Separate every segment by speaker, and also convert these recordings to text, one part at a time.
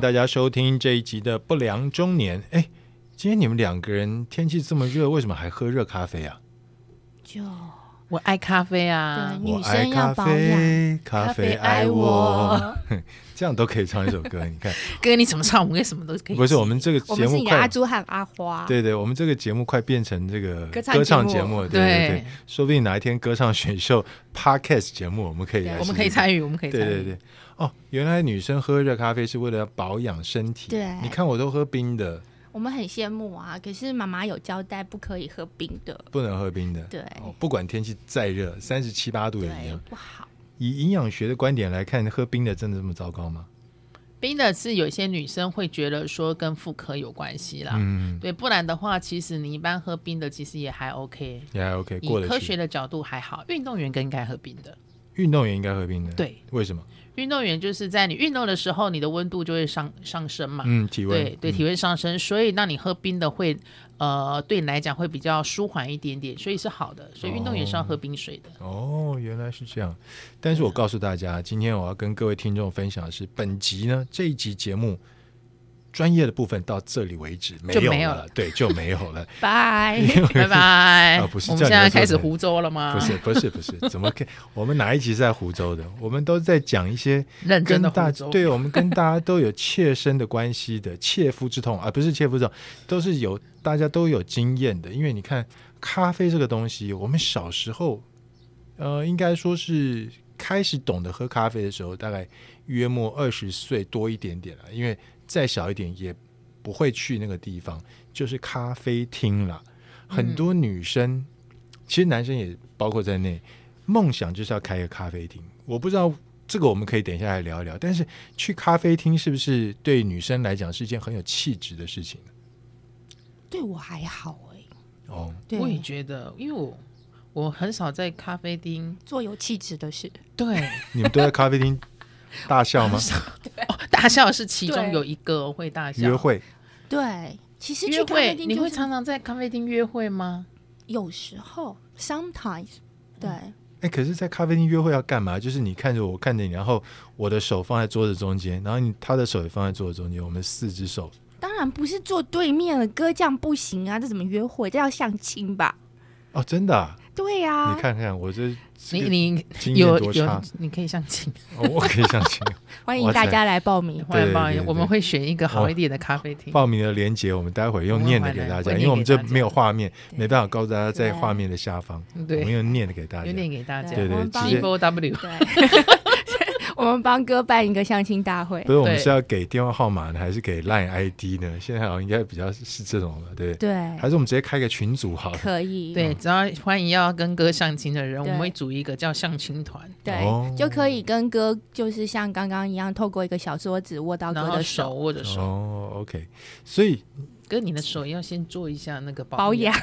Speaker 1: 大家收听这一集的《不良中年》。哎，今天你们两个人天气这么热，为什么还喝热咖啡啊？
Speaker 2: 就
Speaker 3: 我爱咖啡啊
Speaker 2: 对，
Speaker 1: 我
Speaker 2: 女
Speaker 1: 爱
Speaker 2: 生
Speaker 1: 咖
Speaker 2: 要保养，
Speaker 1: 啡，咖啡爱我，， 这样都可以唱一首歌。你看，
Speaker 3: 哥你怎么唱，我们为什么都可以。
Speaker 1: 不是我们这个
Speaker 4: 我
Speaker 1: 节
Speaker 4: 们是
Speaker 1: 目
Speaker 4: 你的阿
Speaker 1: 快，
Speaker 4: 朱和阿花，
Speaker 1: 对对，我们这个节目快变成这个
Speaker 4: 歌唱
Speaker 1: 歌唱
Speaker 4: 节
Speaker 1: 节
Speaker 4: 目
Speaker 1: 目了，对对
Speaker 3: 对
Speaker 1: 对，说不定哪一天歌唱选秀 podcast 节目，我们可以
Speaker 4: 对
Speaker 1: 来
Speaker 3: 我们
Speaker 1: 试
Speaker 3: 可以
Speaker 1: 试看
Speaker 3: 参与，我们可以参
Speaker 1: 对
Speaker 3: 与。
Speaker 1: 对对，哦，原来女生喝热咖啡是为了保养身体。
Speaker 4: 对
Speaker 1: 你看我都喝冰的，
Speaker 4: 我们很羡慕啊。可是妈妈有交代，不可以喝冰的，
Speaker 1: 不能喝冰的。
Speaker 4: 对
Speaker 3: 哎
Speaker 1: 哦，不管天气再热，三十七八度也一
Speaker 4: 对
Speaker 1: 样。，
Speaker 4: 不好。
Speaker 1: 以营养学的观点来看，喝冰的真的这么糟糕吗？
Speaker 3: 冰的是有些女生会觉得说跟妇科有关系啦，
Speaker 1: 嗯，
Speaker 3: 对，不然的话，其实你一般喝冰的其实也还 OK。
Speaker 1: 也还 OK，
Speaker 3: 以
Speaker 1: 过得
Speaker 3: 科学
Speaker 1: 去。嗯
Speaker 3: 的角度还好，运动员更应该喝冰的。
Speaker 1: 运动员应该喝冰的。
Speaker 3: 对，
Speaker 1: 为什么？
Speaker 3: 运动员就是在你运动的时候，你的温度就会上上升嘛，
Speaker 1: 嗯，体温。
Speaker 3: 啊对对，体
Speaker 1: 温。
Speaker 3: 温上升，所以让你喝冰的会，呃，对你来讲会比较舒缓一点点，所以是好的。所以运动员是要喝冰水的。
Speaker 1: 哦，原来是这样。但是我告诉大家，今天我要跟各位听众分享的是，本集呢这一集节目专业的部分到这里为止，没
Speaker 3: 就
Speaker 1: 有
Speaker 3: 没有
Speaker 1: 了，对，就没有了。
Speaker 4: 拜，
Speaker 3: 拜拜。
Speaker 1: 啊不是
Speaker 3: 我
Speaker 1: 这
Speaker 3: 们
Speaker 1: 样你
Speaker 3: 现
Speaker 1: 要
Speaker 3: 在
Speaker 1: 说
Speaker 3: 开始
Speaker 1: 什么
Speaker 3: 胡诌了吗？
Speaker 1: 不是不是不是，怎么可以？我们哪一集是在湖州的？我们都在讲一些
Speaker 3: 认真
Speaker 1: 跟
Speaker 3: 的胡
Speaker 1: 大
Speaker 3: 诌。
Speaker 1: 对我们跟大家都有切身的关系的切肤之痛啊，不是切肤之痛，都是有大家都有经验的。因为你看咖啡这个东西，我们小时候，呃，应该说是开始懂得喝咖啡的时候，大概约莫二十岁多一点点了，因为再小一点也不会去那个地方，就是咖啡厅啦。很多
Speaker 3: 嗯
Speaker 1: 女生，其实男生也包括在内，梦想就是要开一个咖啡厅。我不知道这个，我们可以等一下来聊一聊。但是去咖啡厅是不是对女生来讲是一件很有气质的事情呢？
Speaker 4: 对我还好哎，
Speaker 1: 哦，
Speaker 4: 对啊
Speaker 3: 我也觉得，因为我我很少在咖啡厅，
Speaker 4: 做有气质的事，
Speaker 3: 对，
Speaker 1: 你们都在咖啡厅大 笑吗？
Speaker 3: 哦大笑是其中
Speaker 4: 对
Speaker 3: 有一个会大笑。
Speaker 1: 约会
Speaker 4: 对。其实
Speaker 3: 约
Speaker 4: 去咖啡
Speaker 3: 会，
Speaker 4: 厅
Speaker 3: 你
Speaker 4: 就
Speaker 3: 会
Speaker 4: 是
Speaker 3: 常常在咖啡厅约会吗？
Speaker 4: 有时候，sometimes，对，
Speaker 1: 哎，可是，在咖啡厅约会要干嘛？就是你看着我，我看着你，然后我的手放在桌子中间，然后你他的手也放在桌子中间，我们四只手。
Speaker 4: 当然不是坐对面了，哥这样不行啊，这怎么约会？这要相亲吧？
Speaker 1: 哦，真的啊、
Speaker 4: 对呀、
Speaker 1: 你看看我这这个
Speaker 3: 你
Speaker 1: 经
Speaker 3: 你
Speaker 1: 验
Speaker 3: 有
Speaker 1: 多
Speaker 3: 有
Speaker 1: 差，，
Speaker 3: 你可以相亲。
Speaker 1: 哦我可以相信。
Speaker 4: 欢
Speaker 1: 哇
Speaker 4: 迎
Speaker 1: 塞
Speaker 4: 大家来报名。
Speaker 3: 欢迎
Speaker 1: 对
Speaker 3: 报名
Speaker 1: 对哦
Speaker 3: 我们
Speaker 1: 对
Speaker 3: 会选一个好一点的咖啡厅。
Speaker 1: 报名的链接，我们待会用念的给大
Speaker 3: 我们
Speaker 1: 家，
Speaker 3: 会来
Speaker 1: 因为我们这
Speaker 3: 会念给大家
Speaker 1: 没有画面，没办法告诉大家在
Speaker 4: 对
Speaker 1: 画面的下方，我
Speaker 3: 对
Speaker 1: 们用念的给大家
Speaker 3: 有。点给大家。
Speaker 1: 对
Speaker 4: 我
Speaker 1: 对，
Speaker 4: 们帮
Speaker 1: 直
Speaker 4: 你
Speaker 1: 接
Speaker 3: G O W
Speaker 4: 对， 我们帮哥办一个相亲大会
Speaker 1: 不。是我们
Speaker 3: 对
Speaker 1: 是要给电话号码呢，还是给 Line ID 呢？现在好像应该比较是这种了，对不对？
Speaker 4: 对
Speaker 1: 还，是我们直接开个群组好了。
Speaker 4: 哎可以。
Speaker 3: 对，只要欢迎要跟哥相亲的人，我
Speaker 4: 对
Speaker 3: 们会组一个叫相亲团，
Speaker 4: 对
Speaker 1: 哦
Speaker 4: 就可以跟哥就是像刚刚一样，透过一个小桌子握到
Speaker 3: 然
Speaker 4: 哥
Speaker 3: 后
Speaker 4: 的
Speaker 3: 手
Speaker 4: 手，
Speaker 3: 握着手，
Speaker 1: 哦，OK，所以
Speaker 3: 哥你的手要先做一下那个
Speaker 4: 保
Speaker 3: 保
Speaker 4: 养。。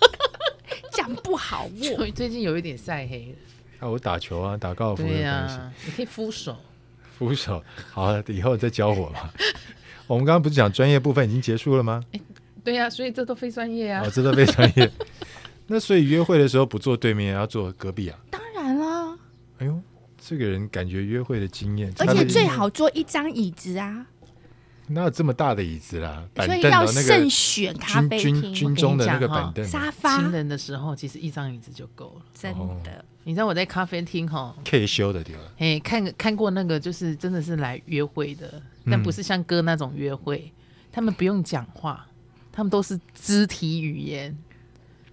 Speaker 4: 这样不好握，
Speaker 3: 最 最近有一点晒黑了，
Speaker 1: 啊，我打球啊，打高尔夫
Speaker 3: 对
Speaker 1: 没
Speaker 3: 呀、
Speaker 1: 关系。
Speaker 3: 你可以敷手，
Speaker 1: 扶手，好了，以后再教我吧。 我们刚刚不是讲专业部分已经结束了吗？
Speaker 4: 哎
Speaker 3: 对呀、所以这都非专业啊
Speaker 1: 哦，。这都非专业。 那所以约会的时候不坐对面，要坐隔壁啊？
Speaker 4: 当然啦，
Speaker 1: 哎呦，这个人感觉约会的经验，
Speaker 4: 而
Speaker 1: 他
Speaker 4: 且
Speaker 1: 的
Speaker 4: 最好坐一张椅子啊，
Speaker 1: 哪有这么大的椅子啦？板
Speaker 4: 所以
Speaker 1: 凳
Speaker 4: 要
Speaker 1: 的那个
Speaker 4: 慎选咖
Speaker 1: 军
Speaker 4: 啡
Speaker 1: 军军
Speaker 4: 厅、
Speaker 1: 中的那个
Speaker 3: 我跟你
Speaker 1: 板
Speaker 3: 讲
Speaker 1: 凳啊
Speaker 4: 沙
Speaker 3: 亲
Speaker 4: 发，
Speaker 3: 人的时候，其实一张椅子就够了。
Speaker 4: 真的。
Speaker 3: 你知道我在咖啡厅哈，
Speaker 1: 可以修的地方。
Speaker 3: 哎，看看过那个，就是真的是来约会的，
Speaker 1: 嗯
Speaker 3: 但不是像哥那种约会，他们不用讲话，他们都是肢体语言，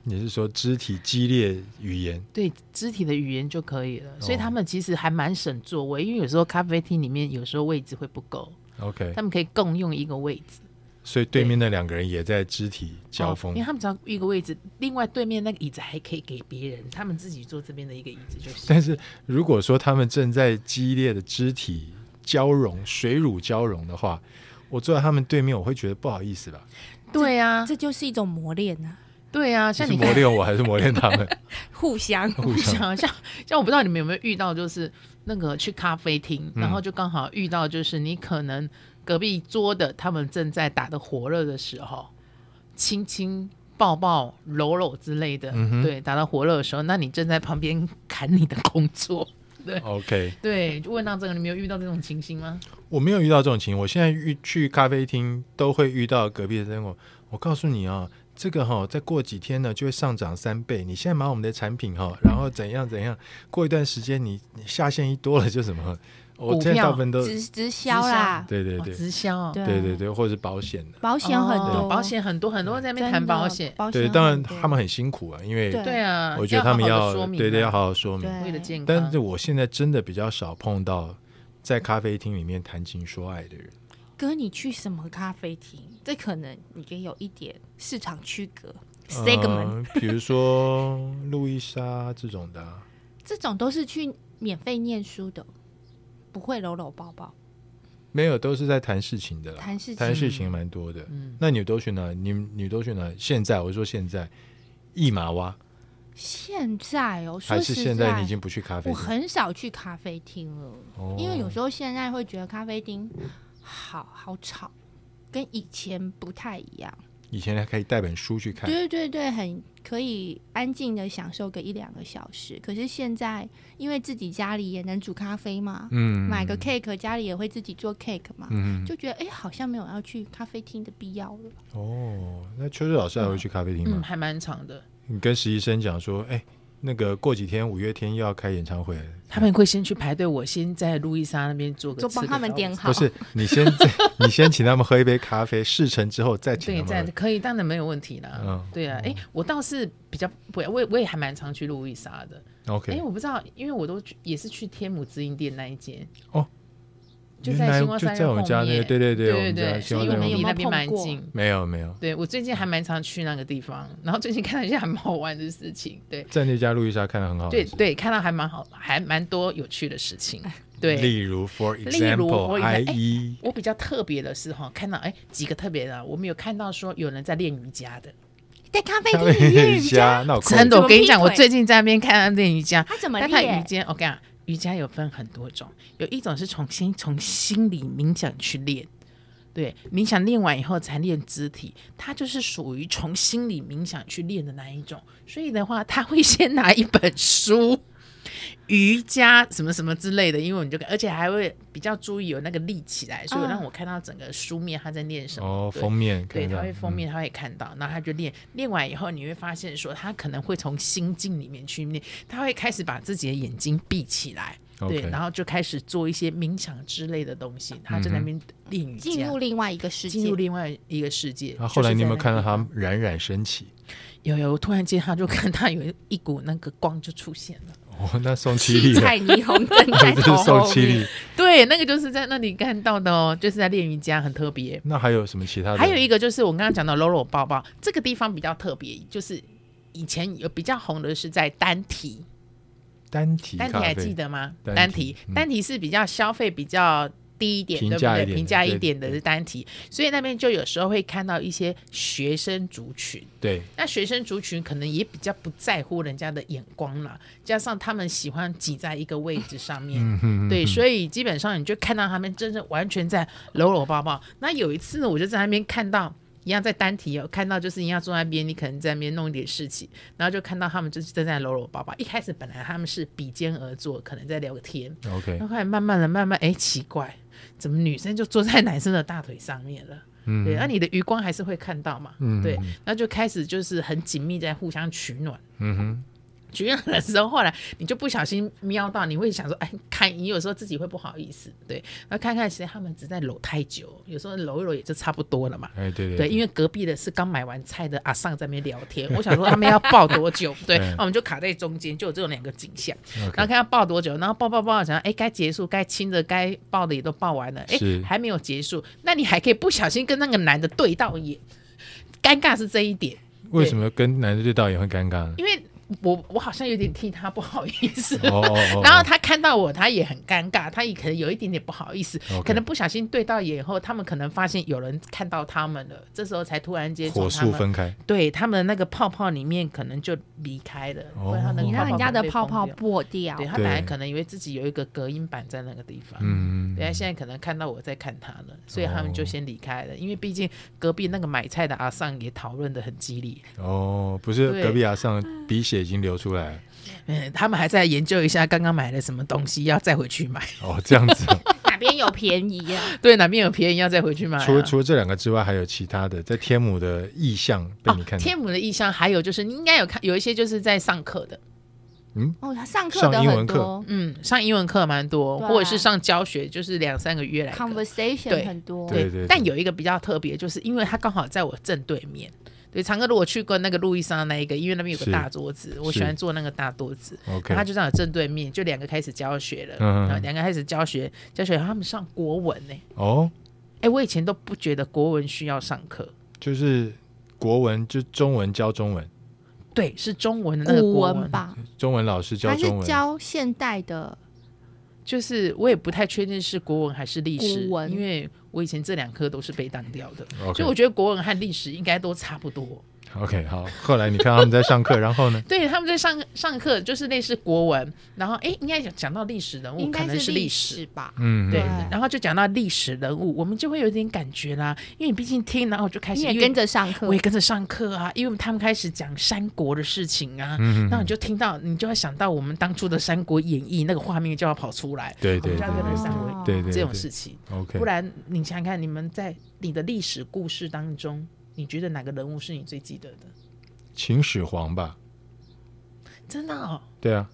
Speaker 1: 你是说肢体激烈语言？
Speaker 3: 对肢体的语言就可以了。所以
Speaker 1: 哦
Speaker 3: 他们其实还蛮省座位，因为有时候咖啡厅里面有时候位置会不够，
Speaker 1: OK，
Speaker 3: 他们可以共用一个位置
Speaker 1: 所以对面那两个人也在肢体交锋
Speaker 3: 哦因为。他们只要一个位置，另外对面那个椅子还可以给别人，他们自己坐这边的一个椅子就行。
Speaker 1: 但是如果说他们正在激烈的肢体交融、水乳交融的话，我坐在他们对面，我会觉得不好意思吧？
Speaker 3: 对
Speaker 1: 哦
Speaker 3: 啊，
Speaker 4: 这就是一种磨练 啊，
Speaker 3: 对啊，像
Speaker 1: 是
Speaker 3: 你
Speaker 1: 磨
Speaker 3: 看
Speaker 1: 练我还是磨练他 们？
Speaker 4: 互相。
Speaker 1: 互
Speaker 3: 不
Speaker 1: 相
Speaker 3: 想 像像我不知道你们有没有遇到，就是那个去咖啡厅，
Speaker 1: 嗯
Speaker 3: 然后就刚好遇到，就是你可能隔壁桌的他们正在打的火热的时候，亲亲。抱抱、揉揉之类的，
Speaker 1: 嗯哼
Speaker 3: 对，打到火热的时候，那你正在旁边砍你的工作，对
Speaker 1: OK，
Speaker 3: 对，就问到这个，你没有遇到这种情形吗？
Speaker 1: 我没有遇到这种情况，我现在遇去咖啡厅都会遇到隔壁的生活。我告诉你啊、这个哈、再过几天呢就会上涨三倍。你现在买我们的产品哈、
Speaker 3: 嗯
Speaker 1: 然后怎样怎样，过一段时间你你下线一多了就什么，我
Speaker 3: 股
Speaker 1: 现在大
Speaker 3: 票
Speaker 1: 部分都
Speaker 4: 直直销啦，
Speaker 1: 对对
Speaker 3: 哦
Speaker 1: 对
Speaker 3: 直销哦，
Speaker 4: 对啊
Speaker 1: 对对对，或者是保险的。
Speaker 4: 保险很
Speaker 3: 哦
Speaker 4: 多，
Speaker 3: 保险很多很多人在那
Speaker 4: 真的
Speaker 3: 边谈保险，
Speaker 4: 保险
Speaker 1: 对，当然
Speaker 4: 很多
Speaker 1: 他们很辛苦啊，因为
Speaker 4: 对
Speaker 3: 对啊，
Speaker 1: 我觉得他们
Speaker 3: 要
Speaker 1: 要
Speaker 3: 好好地说明啊，
Speaker 1: 对对要好好说明。
Speaker 4: 对
Speaker 3: 为了健康，
Speaker 1: 但是我现在真的比较少碰到在咖啡厅里面谈情说爱的人。
Speaker 4: 哥，你去什么咖啡厅？这可能你也有一点市场区隔
Speaker 1: 呃
Speaker 4: segment，、
Speaker 1: 比如说路易莎这种的啊、
Speaker 4: 这种都是去免费念书的，不会搂搂抱抱，
Speaker 1: 没有，都是在谈事情的啦，
Speaker 4: 谈事情
Speaker 1: 啊谈事情蛮多的。
Speaker 3: 嗯，
Speaker 1: 那你都去哪？你你都去哪？现在我说现在，一马哇，
Speaker 4: 现在哦，说
Speaker 1: 还是
Speaker 4: 实
Speaker 1: 现在你已经不去咖啡
Speaker 4: 我
Speaker 1: 厅？
Speaker 4: 很少去咖啡厅了，
Speaker 1: 哦
Speaker 4: 因为有时候现在会觉得咖啡厅好好吵，跟以前不太一样。
Speaker 1: 以前还可以带本书去看，
Speaker 4: 对对对，很可以安静的享受个一两个小时。可是现在因为自己家里也能煮咖啡嘛，
Speaker 1: 嗯，
Speaker 4: 买个 cake，家里也会自己做 cake 嘛，
Speaker 1: 嗯，
Speaker 4: 就觉得哎、诶好像没有要去咖啡厅的必要了。
Speaker 1: 哦，那秋秋老师还会去咖啡厅
Speaker 3: 嗯，
Speaker 1: 吗？
Speaker 3: 还蛮长的。
Speaker 1: 你跟实习生讲说，哎，那个过几天五月天又要开演唱会了，
Speaker 3: 他们会先去排队，我先在路易莎那边做个
Speaker 4: 就帮
Speaker 3: 吃个
Speaker 4: 他们
Speaker 3: 早
Speaker 4: 点好，
Speaker 3: 餐
Speaker 1: 不是你先 你先请他们喝一杯咖啡，事成之后再请
Speaker 3: 对，
Speaker 1: 他
Speaker 3: 在
Speaker 1: 们喝。
Speaker 3: 可以，当然没有问题啦。
Speaker 1: 嗯
Speaker 3: 对啊，哎，我倒是比较不，我也我也还蛮常去路易莎的。哎，
Speaker 1: OK，
Speaker 3: 我不知道，因为我都去也是去天母知音店那一间。
Speaker 1: 哦，
Speaker 3: 就
Speaker 1: 原来
Speaker 3: 在青蛙
Speaker 1: 就
Speaker 3: 山
Speaker 1: 在我们
Speaker 3: 后
Speaker 1: 家那个
Speaker 3: 面
Speaker 1: 对对对我
Speaker 3: 对
Speaker 1: 们家
Speaker 3: 对，
Speaker 1: 青
Speaker 3: 所
Speaker 1: 蛙山
Speaker 3: 以我
Speaker 1: 后
Speaker 3: 们离
Speaker 4: 面
Speaker 3: 那边蛮
Speaker 4: 有没有碰
Speaker 3: 近。
Speaker 1: 没有没有，
Speaker 3: 对我最近还蛮常去那个地方，然后最近看到一些还蛮好玩的事情，对
Speaker 1: 在那家路易莎看的很好，
Speaker 3: 对，对，看到还蛮好，还蛮多有趣的事情，对。
Speaker 1: 例如，for
Speaker 3: 例如我
Speaker 1: example，I
Speaker 3: 以前
Speaker 1: E，
Speaker 3: 哎我比较特别的是哈，看到哎几个特别的，我们有看到说有人在练瑜伽的，
Speaker 4: 在咖
Speaker 3: 哎
Speaker 4: 啡厅 里面瑜伽，
Speaker 1: 那我
Speaker 3: 真的，
Speaker 4: 怎
Speaker 3: 我
Speaker 4: 么
Speaker 3: 跟你
Speaker 4: 劈
Speaker 3: 讲，我
Speaker 4: 腿
Speaker 3: 最近在那边看他练瑜伽，
Speaker 4: 他怎么
Speaker 3: 但他瑜
Speaker 4: 练？
Speaker 3: 伽，我跟你讲，瑜伽有分很多种，有一种是从心从心里冥想去练，对，冥想练完以后才练肢体，它就是属于从心里冥想去练的那一种。所以的话，他会先拿一本书。 瑜伽什么什么之类的，因为你就而且还会比较注意有那个立起来，所以
Speaker 4: 嗯
Speaker 3: 让我看到整个书面他在念什么。
Speaker 1: 哦，
Speaker 3: 对
Speaker 1: 封面，
Speaker 3: 对，
Speaker 1: 看嗯
Speaker 3: 他
Speaker 1: 到
Speaker 3: 会封面，他会看到，然后他就练，练完以后你会发现说，他可能会从心境里面去练，他会开始把自己的眼睛闭起来，
Speaker 1: 嗯
Speaker 3: 对
Speaker 1: OK 嗯
Speaker 3: 然后就开始做一些冥想之类的东西，他就在那边练 瑜
Speaker 4: 进
Speaker 3: 伽。
Speaker 4: 入另外一个世
Speaker 3: 进
Speaker 4: 界
Speaker 3: 入，另外一个世界。
Speaker 1: 啊然后后来你有没有看到
Speaker 3: 就是在
Speaker 1: 他
Speaker 3: 那个地方？
Speaker 1: 冉冉升起？
Speaker 3: 有有，我突然间他就看他有一股那个光就出现 了。
Speaker 1: 哦，那 宋 七
Speaker 4: 七
Speaker 1: 力啊，
Speaker 4: 彩霓虹灯在
Speaker 1: 这是
Speaker 4: 头
Speaker 1: 宋
Speaker 4: 后
Speaker 1: 七力
Speaker 4: 面。。
Speaker 3: 对，那个就是在那里看到的哦，就是在练瑜伽，很特别。
Speaker 1: 那还有什么其他的？
Speaker 3: 还有一个就是我刚刚讲的搂搂抱抱，这个地方比较特别，就是以前有比较红的是在单体，
Speaker 1: 单体
Speaker 3: 单体
Speaker 1: 咖
Speaker 3: 还
Speaker 1: 啡
Speaker 3: 记，得吗？
Speaker 1: 单
Speaker 3: 单
Speaker 1: 体
Speaker 3: 体
Speaker 1: 嗯，
Speaker 3: 单体是比较消费比较低一点，
Speaker 1: 平
Speaker 3: 对不
Speaker 1: 价一
Speaker 3: 对？
Speaker 1: 点
Speaker 3: 平价
Speaker 1: 对
Speaker 3: 一点的
Speaker 1: 对
Speaker 3: 是单体，所以那边就有时候会看到一些学生族群。
Speaker 1: 对，
Speaker 3: 那学生族群可能也比较不在乎人家的眼光啦，加上他们喜欢挤在一个位置上面，
Speaker 1: 嗯哼，
Speaker 3: 对，所以基本上你就看到他们真正完全在搂搂抱抱。那有一次呢，我就在那边看到。一样在单体有看到，就是一样坐在那边，你可能在那边弄一点事情，然后就看到他们就是正在搂搂抱抱。一开始本来他们是比肩而坐，可能在聊个天，
Speaker 1: 以 OK，
Speaker 3: 然后后来慢慢的、慢慢，哎，奇怪，怎么女生就坐在男生的大腿上面了？
Speaker 1: 嗯
Speaker 3: 对，那、啊你的余光还是会看到嘛？
Speaker 1: 嗯
Speaker 3: 对，那就开始就是很紧密在互相取暖。
Speaker 1: 嗯哼，
Speaker 3: 取暖的时候，后来你就不小心瞄到，你会想说，哎，看，你有时候自己会不好意思，对，那看看，其实他们只在搂太久，有时候搂一搂也就差不多了嘛。
Speaker 1: 哎，对对
Speaker 3: 对，因为隔壁的是刚买完菜的阿尚在那边聊天， 我想说他们要抱多久？对，
Speaker 1: 嗯
Speaker 3: 那我们就卡在中间，就有这种两个景象。然后
Speaker 1: OK，
Speaker 3: 看要抱多久，然后抱抱抱，想哎该结束，该亲的该抱的也都抱完了，哎
Speaker 1: 是
Speaker 3: 还没有结束，那你还可以不小心跟那个男的对到眼，尴尬是这一点，
Speaker 1: 为什么跟男的对到也会尴尬呢？
Speaker 3: 因为我我好像有点替他不好意思。
Speaker 1: 哦哦哦哦，
Speaker 3: 然后他看到我，他也很尴尬，他也可能有一点点不好意思
Speaker 1: OK
Speaker 3: 可能不小心对到眼以后，他们可能发现有人看到他们了，这时候才突然间从
Speaker 1: 火
Speaker 3: 他
Speaker 1: 速
Speaker 3: 们
Speaker 1: 分开，
Speaker 3: 对他们那个泡泡里面可能就离开了，
Speaker 1: 哦
Speaker 3: 不然他那个
Speaker 4: 你让人家的泡 泡
Speaker 3: 可能被封掉
Speaker 4: 破掉
Speaker 3: 对，他本来
Speaker 1: 对
Speaker 3: 可能以为自己有一个隔音板在那个地方，
Speaker 1: 嗯，
Speaker 3: 人家现在可能看到我在看他了，所以他们
Speaker 1: 哦
Speaker 3: 就先离开了，因为毕竟隔壁那个买菜的阿尚也讨论的很激烈，
Speaker 1: 哦，不是
Speaker 3: 对
Speaker 1: 隔壁阿上鼻血已经流出来了。
Speaker 3: 嗯，他们还在研究一下刚刚买了什么东西，要再回去买。
Speaker 1: 哦，这样子。
Speaker 4: 哪边有便宜啊呀、
Speaker 3: 对，哪边有便宜要再回去买、啊。
Speaker 1: 除了除了这两个之外，还有其他的在天母的意象被
Speaker 3: 哦
Speaker 1: 你看，到。
Speaker 3: 天母的意象，还有就是你应该有看，有一些就是在上课的，
Speaker 4: 哦，他上课
Speaker 1: 上
Speaker 4: 的
Speaker 1: 英文
Speaker 4: 很
Speaker 1: 课
Speaker 4: 多
Speaker 3: 嗯，上英文课蛮多，
Speaker 4: 对啊
Speaker 3: 或者是上教学，就是两三个月来课。对
Speaker 4: ，conversation 很多。
Speaker 1: 对对对
Speaker 3: 但有一个比较特别，就是因为它刚好在我正对面。对，常哥，如果去过那个路易莎那一个，因为那边有个
Speaker 1: 是
Speaker 3: 大桌子，我喜
Speaker 1: 是
Speaker 3: 欢坐那个大桌子。
Speaker 1: OK，
Speaker 3: 然后他就在我正对面，就两个开始教学了。
Speaker 1: 嗯
Speaker 3: 嗯，两个开始教学，教学他们上国文呢、
Speaker 1: 哦，
Speaker 3: 哎，我以前都不觉得国文需要上课，
Speaker 1: 就是国文，就中文教中文，
Speaker 3: 对，是中文的那个
Speaker 4: 古
Speaker 3: 国
Speaker 4: 文，吧，
Speaker 1: 中文老师嗯教
Speaker 4: 他是
Speaker 1: 中文。
Speaker 4: 教现代的，
Speaker 3: 就是我也不太确定是国文还是历史，
Speaker 4: 古文
Speaker 3: 因为我以前这两科都是被当掉的，所以
Speaker 1: OK
Speaker 3: 我觉得国文和历史应该都差不多。
Speaker 1: OK，好。后来你看他们在上课，然后呢？
Speaker 3: 对，他们在上上课就是类似国文，然后哎，应该讲讲到历史人物，
Speaker 4: 应
Speaker 3: 哦可
Speaker 4: 该
Speaker 3: 能
Speaker 4: 是
Speaker 3: 历
Speaker 4: 历
Speaker 3: 史。
Speaker 4: 史吧？
Speaker 1: 嗯，
Speaker 3: 对
Speaker 1: 嗯，
Speaker 3: 然后就讲到历史人物，我们就会有点感觉啦，因为你毕竟听，然后我就开始
Speaker 4: 你也
Speaker 3: 因为
Speaker 4: 跟着嗯上课
Speaker 3: 我也，跟着上课啊，因为他们开始讲三国的事情啊，
Speaker 1: 嗯
Speaker 3: 那你就听到，你就会想到我们当初的《三国演义》那个画面就要跑出来，
Speaker 1: 对对
Speaker 3: 我们就要跟
Speaker 1: 对
Speaker 3: 着三国
Speaker 4: 哦
Speaker 1: 对对对
Speaker 3: 这种事情，
Speaker 1: OK，
Speaker 3: 不然你想想看，你们在你的历史故事当中，你觉得哪个人物是你最记得的？
Speaker 1: 秦始皇吧？
Speaker 3: 真的、哦，
Speaker 1: 对啊，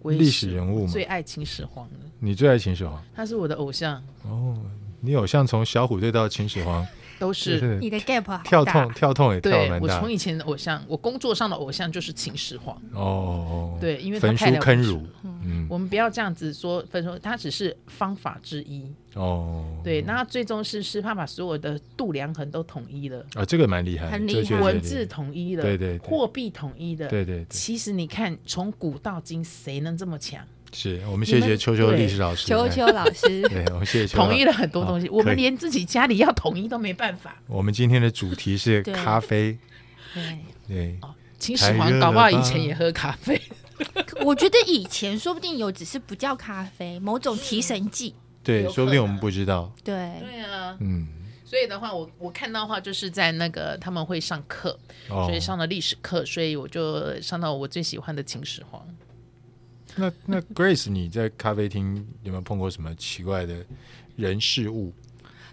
Speaker 3: 我也
Speaker 1: 历
Speaker 3: 是
Speaker 1: 史人物嘛
Speaker 3: 最爱秦始皇了，
Speaker 1: 你最爱秦始皇
Speaker 3: 他是我的偶像，
Speaker 1: 哦。你偶像从小虎队到秦始皇，
Speaker 3: 都。
Speaker 1: 就是是
Speaker 4: 你的 gap 好大
Speaker 1: 跳痛跳痛也跳得
Speaker 3: 对
Speaker 1: 蛮
Speaker 3: 我
Speaker 1: 大
Speaker 3: 从以前的偶像，我工作上的偶像就是秦始皇。
Speaker 1: 哦哦。哦，
Speaker 3: 对，因为他
Speaker 1: 焚
Speaker 3: 太
Speaker 1: 书
Speaker 3: 了不
Speaker 1: 坑
Speaker 3: 起
Speaker 1: 儒，嗯
Speaker 3: 我们不要这样子说分手，它只是方法之一。
Speaker 1: 哦，
Speaker 3: 对，那最终是是怕把所有的度量衡都统一了，
Speaker 1: 啊，这个蛮厉害的，
Speaker 4: 很厉
Speaker 1: 这确
Speaker 4: 害
Speaker 1: 实
Speaker 3: 文
Speaker 1: 厉害
Speaker 3: 字统一了，
Speaker 1: 对对对
Speaker 3: 货币统一了。
Speaker 1: 对对对，
Speaker 3: 其实你看，从古到今，谁能这么强？
Speaker 1: 是我们谢
Speaker 3: 们
Speaker 1: 谢秋秋
Speaker 3: 对
Speaker 1: 历史老师，
Speaker 4: 秋
Speaker 1: 哎
Speaker 4: 秋老师
Speaker 1: 对，我们谢谢秋
Speaker 3: 统
Speaker 1: 老
Speaker 3: 一了很多东西，
Speaker 1: 好
Speaker 3: 我们
Speaker 1: 可以
Speaker 3: 连自己家里要统一都没办法。
Speaker 1: 我们今天的主题是
Speaker 4: 对哦
Speaker 1: 咖啡，
Speaker 4: 对。
Speaker 1: 对，
Speaker 3: 秦始
Speaker 1: 太热
Speaker 3: 皇搞不好
Speaker 1: 了
Speaker 3: 以
Speaker 1: 吧
Speaker 3: 前也喝咖啡，
Speaker 4: 我觉得以前说不定有，只是不叫咖啡，某种提神剂。
Speaker 1: 对，
Speaker 3: 有
Speaker 1: 说不
Speaker 3: 可
Speaker 1: 定我们
Speaker 3: 能
Speaker 1: 不知道，
Speaker 4: 对，
Speaker 3: 啊。
Speaker 1: 嗯，
Speaker 3: 所以的话，我我看到的话就是在那个他们会上课，
Speaker 1: 哦
Speaker 3: 所以，上了历史课，所以我就上到我最喜欢的秦始皇。
Speaker 1: 那那 Grace，你在咖啡厅有没有碰过什么奇怪的人事物？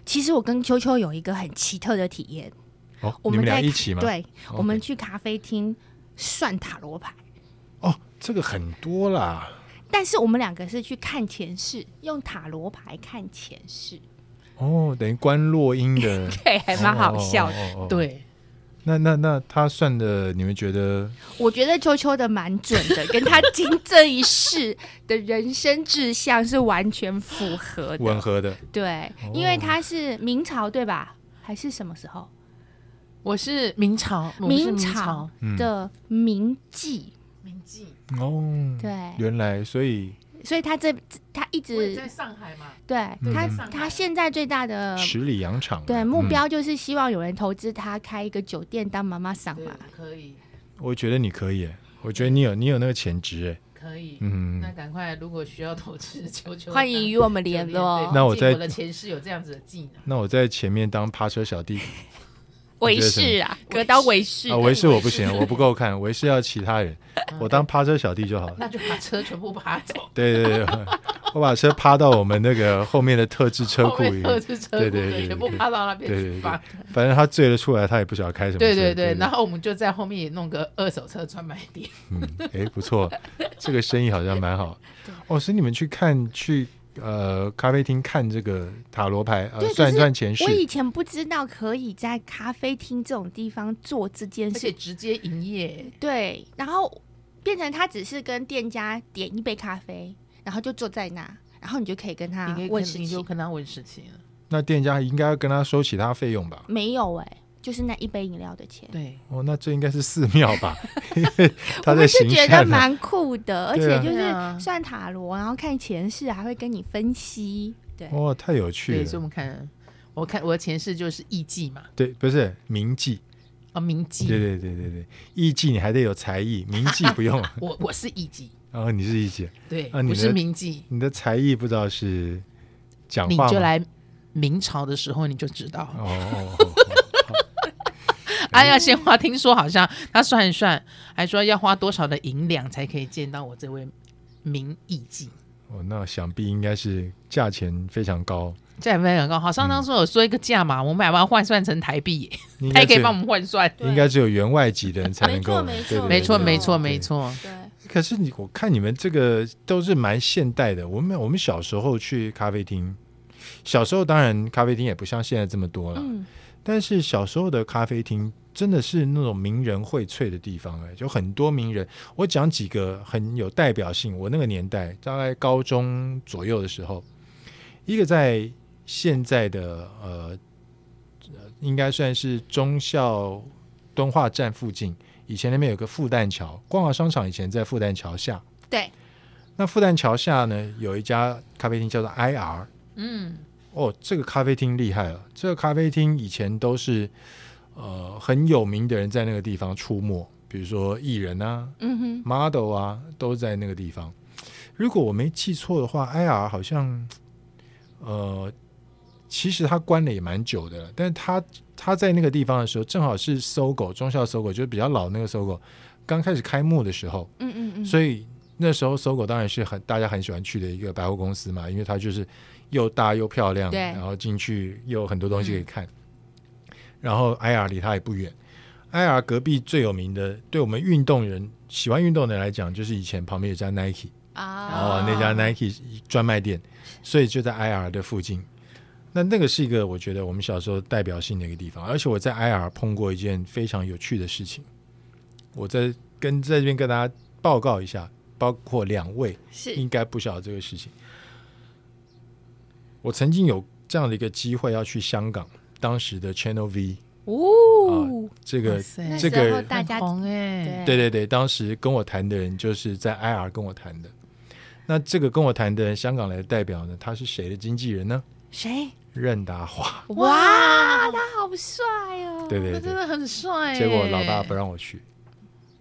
Speaker 4: 其实我跟秋秋有一个很奇特的体验，
Speaker 1: 哦，
Speaker 4: 我
Speaker 1: 你们俩
Speaker 4: 在
Speaker 1: 一起吗？，
Speaker 4: 对，
Speaker 1: OK
Speaker 4: 我们去咖啡厅算塔罗牌，
Speaker 1: 哦，这个很多啦，
Speaker 4: 但是我们两个是去看前世，用塔罗牌看前世，，
Speaker 1: 哦，等于关落音的
Speaker 4: 对，还蛮好笑的。
Speaker 1: 的，哦，哦哦
Speaker 3: 对，
Speaker 1: 那那那他算的，你们觉得
Speaker 4: 我觉得秋秋的蛮准的，跟他今这一世的人生志向是完全符合
Speaker 1: 吻
Speaker 4: 的。
Speaker 1: 合的？
Speaker 4: 对，因为他是明朝对吧？还是什么时候？
Speaker 3: 我是明朝，我们是
Speaker 4: 明
Speaker 3: 朝
Speaker 4: 朝
Speaker 1: 嗯
Speaker 4: 的名妓，
Speaker 3: 明记，
Speaker 1: 哦，
Speaker 3: 哎
Speaker 4: 对，
Speaker 1: 原来所以
Speaker 4: 所以他这他一
Speaker 3: 我也
Speaker 4: 直
Speaker 3: 在上海嘛。
Speaker 4: 对
Speaker 1: 嗯
Speaker 4: 他
Speaker 1: 在
Speaker 3: 上海
Speaker 4: 他现在最大的
Speaker 1: 十里洋场的，
Speaker 4: 对目
Speaker 1: 嗯
Speaker 4: 标就是希望有人投资他开一个酒店当妈妈桑嘛，
Speaker 3: 可以，
Speaker 1: 嗯我觉得你可以耶，我觉得你有你有那个潜质哎，
Speaker 3: 可以。
Speaker 1: 嗯
Speaker 3: 那，赶快，如果需要投资，求求
Speaker 4: 欢迎与我们联络。
Speaker 1: 那我
Speaker 3: 在
Speaker 1: 再
Speaker 3: 我的前世有这样子的技能，
Speaker 1: 那我在前面当趴车小弟
Speaker 4: 维氏啊，
Speaker 3: 我觉得什么
Speaker 4: 格刀维氏
Speaker 1: 啊，
Speaker 4: 的
Speaker 1: 维士我不行，我不够看，维士要其他人，
Speaker 3: 嗯
Speaker 1: 我当趴车小弟就好了。
Speaker 3: 那就把车全部爬走，
Speaker 1: 对对对，对 我把车趴到我们那个后面的特制车
Speaker 3: 后
Speaker 1: 库里
Speaker 3: 面特
Speaker 1: 面，
Speaker 3: 制车
Speaker 1: 对对
Speaker 3: 库
Speaker 1: 对
Speaker 3: 的
Speaker 1: 对
Speaker 3: 全部
Speaker 1: 对
Speaker 3: 爬到那边
Speaker 1: 对对
Speaker 3: 去
Speaker 1: 对
Speaker 3: 放。
Speaker 1: 反正他醉了出来，他也不晓得开什么车。
Speaker 3: 对
Speaker 1: 对
Speaker 3: 对对，然后我们就在后面也弄个二手车专卖 店。
Speaker 1: 嗯，哎，不错，这个生意好像蛮好。哦，所以你们去看去呃咖啡厅看这个塔罗牌，呃
Speaker 4: 对，
Speaker 1: 算
Speaker 4: 可
Speaker 1: 一
Speaker 4: 是
Speaker 1: 算前世
Speaker 4: 我，以前不知道可以在咖啡厅这种地方做这件
Speaker 3: 而且
Speaker 4: 事，
Speaker 3: 直接营业，
Speaker 4: 对，然后变成他只是跟店家点一杯咖啡，然后就坐在那，然后你就可以跟他
Speaker 3: 你可以
Speaker 4: 问
Speaker 3: 跟
Speaker 4: 事
Speaker 3: 你就
Speaker 4: 情。
Speaker 3: 跟他问事情了。
Speaker 1: 那店家应该要跟他收其他费用吧？
Speaker 4: 没有哎、就是那一杯饮料的钱，
Speaker 3: 对，
Speaker 1: 哦，那这应该是寺庙吧？因 为
Speaker 4: 我
Speaker 1: 他在
Speaker 4: 们是
Speaker 1: 行
Speaker 4: 觉得
Speaker 1: 善啊、
Speaker 4: 蛮酷的，而
Speaker 1: 对
Speaker 4: 且
Speaker 1: 啊
Speaker 4: 就是
Speaker 3: 对啊
Speaker 4: 算塔罗，然后看前世，还会跟你分析。对，
Speaker 1: 哦，太有趣
Speaker 3: 对，所以
Speaker 1: 了。
Speaker 3: 我们看，我看我的前世就是艺妓嘛，
Speaker 1: 对，不是铭记，
Speaker 3: 啊，名妓。
Speaker 1: 对对对对对，艺妓你还得有才艺，铭记不用。
Speaker 3: 我我是艺妓，
Speaker 1: 然后你是艺妓，
Speaker 3: 对，
Speaker 1: 啊你
Speaker 3: 我是
Speaker 1: 的
Speaker 3: 名妓。
Speaker 1: 你的才艺不知道是讲
Speaker 3: 你
Speaker 1: 话
Speaker 3: 就
Speaker 1: 吗？哦
Speaker 3: 来明朝的时候你就知道
Speaker 1: 哦哦哦哦，
Speaker 3: 哎呀，鲜花听说好像他算一算，还说要花多少的银两才可以见到我这位名艺妓。
Speaker 1: 哦，那想必应该是价钱非常高。
Speaker 3: 这也没很高，好像当时有说一个价嘛，我们把它换算成台币耶，
Speaker 1: 应
Speaker 3: 他
Speaker 1: 该
Speaker 3: 也可以
Speaker 1: 只
Speaker 3: 帮我们换算。
Speaker 4: 对
Speaker 1: 应该只有员外级的人才能
Speaker 4: 没错
Speaker 1: 够，
Speaker 4: 没错
Speaker 1: 对对对
Speaker 3: 没错，
Speaker 1: 对
Speaker 3: 没错，
Speaker 1: 对
Speaker 3: 没错。
Speaker 4: 对，
Speaker 1: 可是你，我看你们这个都是蛮现代的。我们我们小时候去咖啡厅，小时候当然咖啡厅也不像现在这么多了，
Speaker 4: 嗯，
Speaker 1: 但是小时候的咖啡厅真的是那种名人荟萃的地方、哎，就很多名人。我讲几个很有代表性，我那个年代大概高中左右的时候，一个在现在的呃，呃应该算是中校敦化站附近，以前那边有个复旦桥，光华商场以前在复旦桥下。
Speaker 4: 对，
Speaker 1: 那复旦桥下呢，有一家咖啡厅叫做 IR，
Speaker 3: 嗯，
Speaker 1: 哦，这个咖啡厅厉害了。这个咖啡厅以前都是呃很有名的人在那个地方出没，比如说艺人啊、
Speaker 4: 嗯哼，
Speaker 1: model 啊，都在那个地方。如果我没记错的话，IR 好像呃，其实它关了也蛮久的了，但是它它在那个地方的时候，正好是搜狗中校搜狗，就是比较老那个搜狗刚开始开幕的时候，
Speaker 4: 嗯嗯嗯，
Speaker 1: 所以那时候搜狗当然是很大家很喜欢去的一个百货公司嘛，因为它就是又大又漂亮，
Speaker 4: 对嗯
Speaker 1: 然后进去又有很多东西可以看。然后 IR 离它也不远，IR 隔壁最有名的，对我们运动人喜欢运动的人来讲，就是以前旁边有家 Nike，
Speaker 4: 啊
Speaker 1: 哦，那家 Nike 专卖店，所以就在 IR 的附近。那那个是一个我觉得我们小时候代表性的一个地方，而且我在 IR 碰过一件非常有趣的事情，我在跟在这边跟大家报告一下，包括两位
Speaker 4: 是
Speaker 1: 应该不晓得这个事情。我曾经有这样的一个机会要去香港，当时的 Channel V
Speaker 4: 哦，
Speaker 1: 这个
Speaker 3: 哇塞
Speaker 1: 这
Speaker 4: 那时候
Speaker 1: 个
Speaker 4: 大家
Speaker 3: 很红哎，
Speaker 1: 对对对，当时跟我谈的人就是在 IR 跟我谈的。那这个跟我谈的人，香港来的代表呢，他是谁的经纪人呢？
Speaker 4: 谁？
Speaker 1: 任达华。
Speaker 4: 哇，他好帅哦！
Speaker 1: 对对
Speaker 3: 那
Speaker 1: 对。
Speaker 3: 真的很帅哎耶。
Speaker 1: 结果老大不让我去，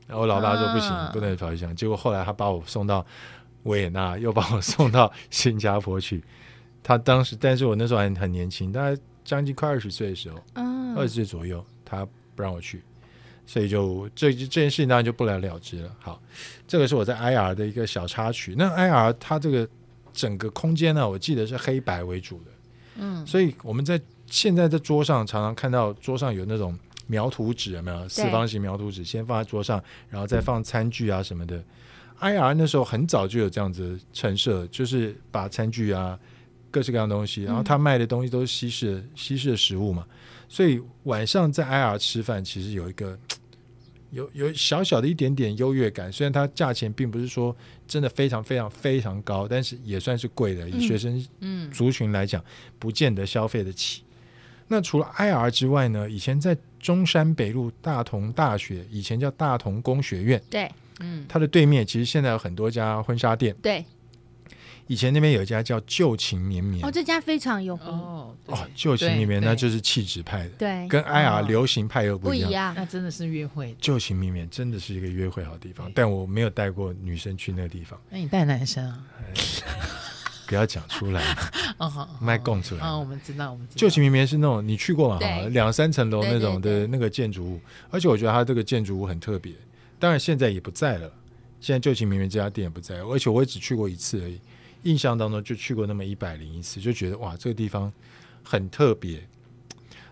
Speaker 1: 然后我老大说不行，
Speaker 3: 啊
Speaker 1: 不能跑去香港。结果后来他把我送到维也纳，又把我送到新加坡去。他当时，但是我那时候还很年轻，大概将近快二十岁的时候，
Speaker 4: 嗯，
Speaker 1: 二十岁左右，他不让我去，所以就这这件事情当然就不了了之了。好，这个是我在 IR 的一个小插曲。那 IR 它这个整个空间呢，我记得是黑白为主的，
Speaker 3: 嗯，
Speaker 1: 所以我们在现在在桌上常常看到桌上有那种描图纸，有没有四方形描图纸，先放在桌上，然后再放餐具啊什么的。IR 那时候很早就有这样子的陈设，就是把餐具啊各式各样的东西，
Speaker 4: 嗯
Speaker 1: 然后他卖的东西都是西式的西式的食物嘛，所以晚上在 IR 吃饭其实有一个有有小小的一点点优越感，虽然它价钱并不是说真的非常非常非常高，但是也算是贵的，以
Speaker 4: 嗯
Speaker 1: 学生
Speaker 3: 嗯
Speaker 1: 族群来讲，不见得消费得起。那除了 IR 之外呢，以前在中山北路大同大学，以前叫大同工学院，
Speaker 4: 对
Speaker 3: 嗯，
Speaker 1: 它的对面其实现在有很多家婚纱店，
Speaker 4: 对，
Speaker 1: 以前那边有一家叫旧情绵绵
Speaker 4: 哦，，这家非常有名，
Speaker 3: 哦，
Speaker 1: 嗯
Speaker 3: 对
Speaker 1: 哦，旧情绵绵
Speaker 3: 对
Speaker 1: 那
Speaker 3: 对
Speaker 1: 就是气质派的，
Speaker 4: 对，
Speaker 1: 跟 IR
Speaker 3: 哦
Speaker 1: 流行派又
Speaker 4: 哎不
Speaker 1: 不一
Speaker 4: 一
Speaker 1: 样。
Speaker 4: 样，
Speaker 3: 那真的是约会。
Speaker 1: 旧情绵绵真的是一个约会好地方
Speaker 3: 对，
Speaker 1: 但我没有带过女生去那个地方，
Speaker 3: 那你带男生啊？
Speaker 1: 不要讲出来，
Speaker 3: 哦，好好
Speaker 1: 卖供出来。
Speaker 3: 啊，我们知道，我们知道。
Speaker 1: 旧情绵绵是那种你去过嘛？哈
Speaker 4: 对
Speaker 1: 两三层楼那种
Speaker 4: 对对
Speaker 1: 的
Speaker 4: 对
Speaker 1: 那个建筑物，而且我觉得它这个建筑物很特别。当然现在也不在了，现在旧情绵绵这家店也不在，而且我也只去过一次而已。印象当中就去过那么一百零一次，就觉得哇，这个地方很特别。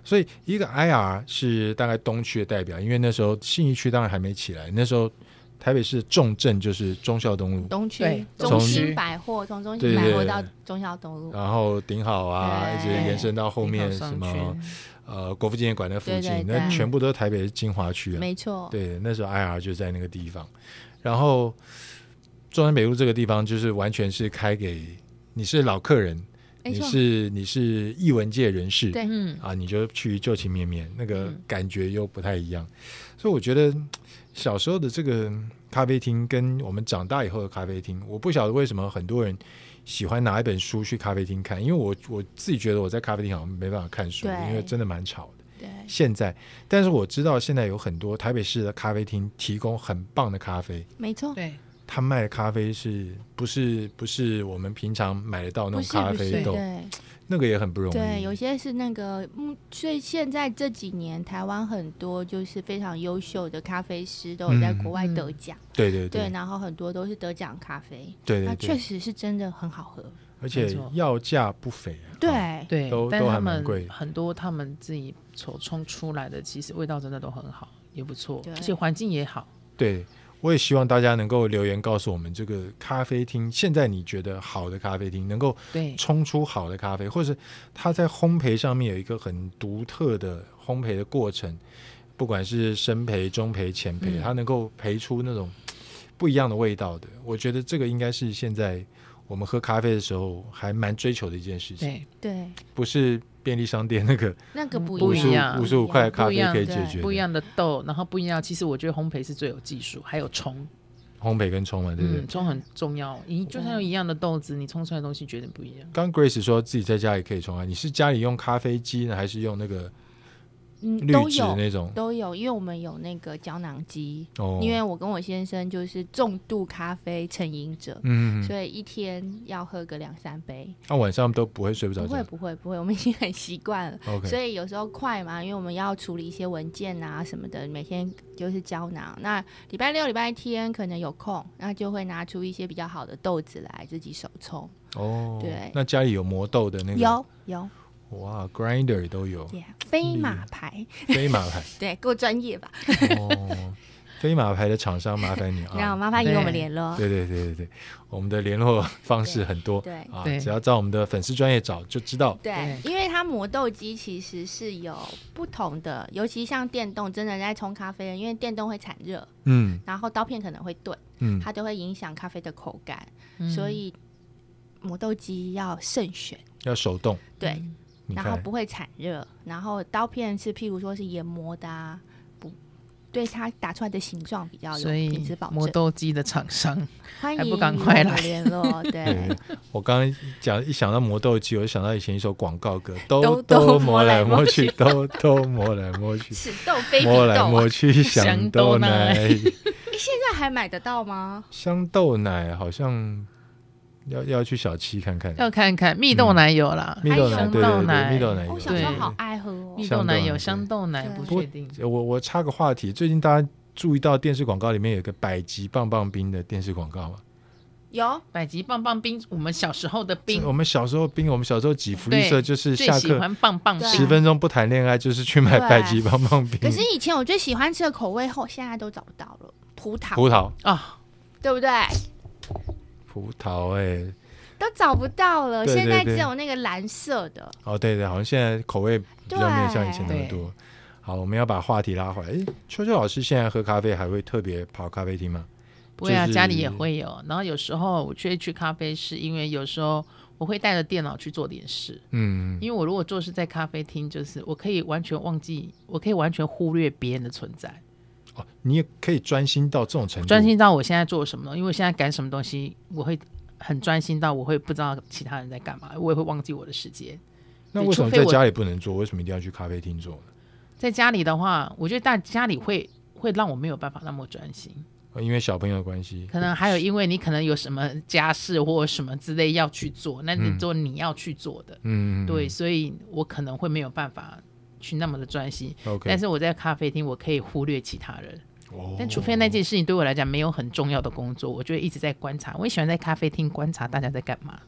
Speaker 1: 所以一个 IR 是大概东区的代表，因为那时候信义区当然还没起来，那时候台北市重镇就是忠孝东路，
Speaker 4: 东区
Speaker 3: 对、
Speaker 4: 中
Speaker 1: 从
Speaker 4: 心百货，从中
Speaker 1: 对
Speaker 4: 心百货
Speaker 1: 对
Speaker 4: 到中校东路，
Speaker 1: 然后顶好啊，一直
Speaker 4: 对
Speaker 1: 延伸到后面
Speaker 3: 顶好
Speaker 1: 什
Speaker 3: 商
Speaker 1: 么
Speaker 3: 圈？
Speaker 1: 呃国父纪念馆那附
Speaker 4: 对对
Speaker 1: 近，
Speaker 4: 对
Speaker 1: 那全部都是台北的精华区啊。
Speaker 4: 没错，
Speaker 1: 对，那时候 IR 就在那个地方，然后中山北路这个地方就是完全是开给你是老客人，
Speaker 4: 没
Speaker 1: 你
Speaker 4: 错，
Speaker 1: 是你是艺文界人士，
Speaker 4: 对
Speaker 3: 嗯，
Speaker 1: 啊，你就去旧情绵绵，那个
Speaker 3: 嗯
Speaker 1: 感觉又不太一样。所以我觉得嗯小时候的这个嗯咖啡厅跟我们长大以后的咖啡厅，我不晓得为什么很多人喜欢拿一本书去咖啡厅看，因为我我自己觉得我在咖啡厅好像没办法看书，
Speaker 4: 对哎
Speaker 1: 因为真的蛮吵的。
Speaker 4: 对，
Speaker 1: 现在，但是我知道现在有很多台北市的咖啡厅提供很棒的咖啡，
Speaker 4: 没错，
Speaker 3: 对，
Speaker 1: 他卖的咖啡是不是不是我们平常买得到那种
Speaker 4: 不是
Speaker 1: 咖
Speaker 4: 不是，
Speaker 1: 啡豆？
Speaker 4: 对，
Speaker 1: 那个也很不容易。
Speaker 4: 对，有些是那个，嗯，所以现在这几年台湾很多就是非常优秀的咖啡师都有在国
Speaker 3: 嗯
Speaker 4: 外得奖，
Speaker 1: 对嗯对
Speaker 4: 对，
Speaker 1: 对
Speaker 4: 然后很多都是得奖咖啡，
Speaker 1: 对
Speaker 4: 那
Speaker 1: 对
Speaker 4: 确
Speaker 1: 对，
Speaker 4: 实是真的很好喝，
Speaker 1: 而且
Speaker 3: 没错
Speaker 1: 要价不菲啊。哦，
Speaker 4: 对，
Speaker 3: 对
Speaker 1: 都，
Speaker 3: 但
Speaker 1: 都还
Speaker 3: 他
Speaker 1: 蛮
Speaker 3: 们
Speaker 1: 贵的
Speaker 3: 很多他们自己所冲出来的，其实味道真的都很好，也不错，
Speaker 4: 对
Speaker 3: 而且环境也好。
Speaker 1: 对，我也希望大家能够留言告诉我们这个咖啡厅，现在你觉得好的咖啡厅能够
Speaker 3: 对，
Speaker 1: 冲出好的咖啡，或是它在烘焙上面有一个很独特的烘焙的过程，不管是深焙、中焙、浅焙，
Speaker 3: 嗯
Speaker 1: 它能够焙出那种不一样的味道的。我觉得这个应该是现在我们喝咖啡的时候还蛮追求的一件事情，
Speaker 3: 对，
Speaker 4: 对，
Speaker 1: 不是便利商店那个
Speaker 4: 那个不
Speaker 1: 五
Speaker 3: 嗯一
Speaker 1: 十
Speaker 3: 样
Speaker 1: 五十五块咖
Speaker 3: 不一
Speaker 1: 啡
Speaker 3: 样
Speaker 1: 可以
Speaker 4: 对
Speaker 1: 解决
Speaker 3: 不一样的豆，然后不一样。其实我觉得烘焙是最有技术，还有冲，
Speaker 1: 烘焙跟冲嘛，对不对？
Speaker 3: 嗯，冲很重要。你就算用一样的豆子，你冲出来的东西绝对不一样。
Speaker 1: 刚 Grace 说自己在家里可以冲啊，你是家里用咖啡机呢，还是用那个
Speaker 4: 嗯，
Speaker 1: 滤
Speaker 4: 都
Speaker 1: 纸
Speaker 4: 有
Speaker 1: 那种？
Speaker 4: 都有，因为我们有那个胶囊机，
Speaker 1: 哦，
Speaker 4: 因为我跟我先生就是重度咖啡成瘾者，
Speaker 1: 嗯，
Speaker 4: 所以一天要喝个两三杯，
Speaker 1: 那、晚上都不会睡不着
Speaker 4: 不会
Speaker 1: 觉。
Speaker 4: 不会不会，我们已经很习惯了。
Speaker 1: OK，
Speaker 4: 所以有时候快嘛，因为我们要处理一些文件啊什么的，每天就是胶囊。那礼拜六、礼拜天可能有空，那就会拿出一些比较好的豆子来自己手冲。
Speaker 1: 哦，
Speaker 4: 对
Speaker 1: 那家里有磨豆的那个，
Speaker 4: 有有
Speaker 1: 哇，grinder 都有，
Speaker 4: ，yeah, 飞
Speaker 1: 嗯
Speaker 4: 马牌，
Speaker 1: 飞马牌
Speaker 4: 对，够专业吧？
Speaker 1: 哦，飞马牌的厂商麻烦 你
Speaker 4: 那
Speaker 1: 啊，
Speaker 4: 麻烦与我们
Speaker 3: 对
Speaker 4: 联络。
Speaker 1: 对对对对对，我们的联络方式很多
Speaker 4: 对
Speaker 1: 啊，
Speaker 3: 对
Speaker 1: 只要照我们的粉丝专业找就知道。
Speaker 4: 对，因为它磨豆机其实是有不同的，尤其像电动，真的在冲咖啡的，因为电动会产热，
Speaker 1: 嗯
Speaker 4: 然后刀片可能会钝，
Speaker 1: 嗯，
Speaker 4: 它就会影响咖啡的口感，
Speaker 3: 嗯
Speaker 4: 所以磨豆机要慎选。
Speaker 1: 要手动，
Speaker 4: 对，
Speaker 1: 你
Speaker 4: 然后
Speaker 1: 看，
Speaker 4: 不会产热，然后刀片是譬如说是研磨的啊，不对它打出来的形状比较有
Speaker 3: 所以
Speaker 4: 品质保
Speaker 3: 磨
Speaker 4: 证。
Speaker 3: 豆机的厂商，
Speaker 4: 欢
Speaker 3: 还
Speaker 4: 迎
Speaker 3: 不赶快
Speaker 4: 与我
Speaker 3: 来
Speaker 4: 们联络，
Speaker 3: 哎
Speaker 4: 对
Speaker 1: 对，我刚刚讲一想到磨豆机，我就想到以前一首广告 歌，兜
Speaker 4: 兜
Speaker 1: 兜
Speaker 4: 摸
Speaker 1: 摸
Speaker 4: 来
Speaker 1: 来
Speaker 4: 摸
Speaker 1: 摸去，兜兜摸来摸去，
Speaker 4: 此豆非彼
Speaker 1: 摸来
Speaker 4: 豆啊。
Speaker 1: 摸去
Speaker 3: 想
Speaker 1: 想
Speaker 3: 豆
Speaker 1: 豆
Speaker 3: 奶
Speaker 1: 奶，
Speaker 4: 现在还买得到吗？
Speaker 1: 香豆奶好像要要去小七看看，
Speaker 3: 要看看蜜豆奶有啦，
Speaker 1: 蜜豆奶
Speaker 4: 香
Speaker 1: 对
Speaker 3: 豆
Speaker 1: 对
Speaker 3: 奶
Speaker 1: 对，蜜豆奶
Speaker 4: 哦我
Speaker 1: 有。
Speaker 4: 小时候
Speaker 3: 对
Speaker 4: 好爱喝哦
Speaker 3: 蜜。
Speaker 1: 香
Speaker 3: 豆
Speaker 1: 豆
Speaker 3: 奶
Speaker 1: 奶
Speaker 3: 有
Speaker 1: 对
Speaker 3: 香豆奶，
Speaker 4: 对
Speaker 3: 不
Speaker 1: 不
Speaker 3: 确定。
Speaker 1: 我我插个话题，最近大家注意到电视广告里面有个百吉棒棒冰的电视广告吗？
Speaker 4: 有
Speaker 3: 百吉棒棒冰，我们小时候的冰
Speaker 1: 我们小时候冰，我们小时候挤福利社
Speaker 3: 对
Speaker 1: 就是
Speaker 3: 最
Speaker 1: 下
Speaker 3: 喜
Speaker 1: 课
Speaker 3: 欢棒棒
Speaker 4: 对
Speaker 1: 十
Speaker 3: 冰，
Speaker 1: 分钟不谈恋爱，就是去买
Speaker 4: 对
Speaker 1: 百吉棒棒冰
Speaker 4: 可，是以前我最喜欢吃的口味后，现在都找不到了。葡萄，
Speaker 1: 葡萄
Speaker 3: 啊，
Speaker 4: 对不对？
Speaker 1: 葡萄哎。
Speaker 4: 都找不到了，
Speaker 1: 对
Speaker 4: 现在
Speaker 1: 对
Speaker 4: 只
Speaker 1: 对
Speaker 4: 有那个蓝色的。
Speaker 1: 哦，对对，好像现在口味比较没有像以前那么
Speaker 3: 对
Speaker 1: 多。好，我们要把话题拉回来。诶，秋秋老师现在喝咖啡还会特别跑咖啡厅吗？
Speaker 3: 不会啊，
Speaker 1: 就是
Speaker 3: 家里也会有。然后有时候我就会去咖啡室，因为有时候我会带着电脑去做点事。
Speaker 1: 嗯，
Speaker 3: 因为我如果做事在咖啡厅，就是我可以完全忘记，我可以完全忽略别人的存在，
Speaker 1: 哦，你也可以专心到这种程度，
Speaker 3: 专心到我现在做什么东西。因为我现在赶什么东西，我会很专心到我会不知道其他人在干嘛，我也会忘记我的时间。
Speaker 1: 那
Speaker 3: 对
Speaker 1: 为
Speaker 3: 除
Speaker 1: 什么
Speaker 3: 非
Speaker 1: 在
Speaker 3: 我
Speaker 1: 家里不能做？为什么一定要去咖啡厅做呢？
Speaker 3: 在家里的话，我觉得大家里会会让我没有办法那么专心。
Speaker 1: 呃因为小朋友的关系。
Speaker 3: 可能还有因为你可能有什么家事或什么之类要去做，那你做你要去做的，
Speaker 1: 嗯，
Speaker 3: 对，所以我可能会没有办法去那么的专心。
Speaker 1: ，OK
Speaker 3: 但。是我在咖啡厅，我可以忽略其他人，
Speaker 1: 哦
Speaker 3: 但除非那件事情对我来讲没有很重要的工作，我就会一直在观察。我也喜欢在咖啡厅观察大家在干嘛，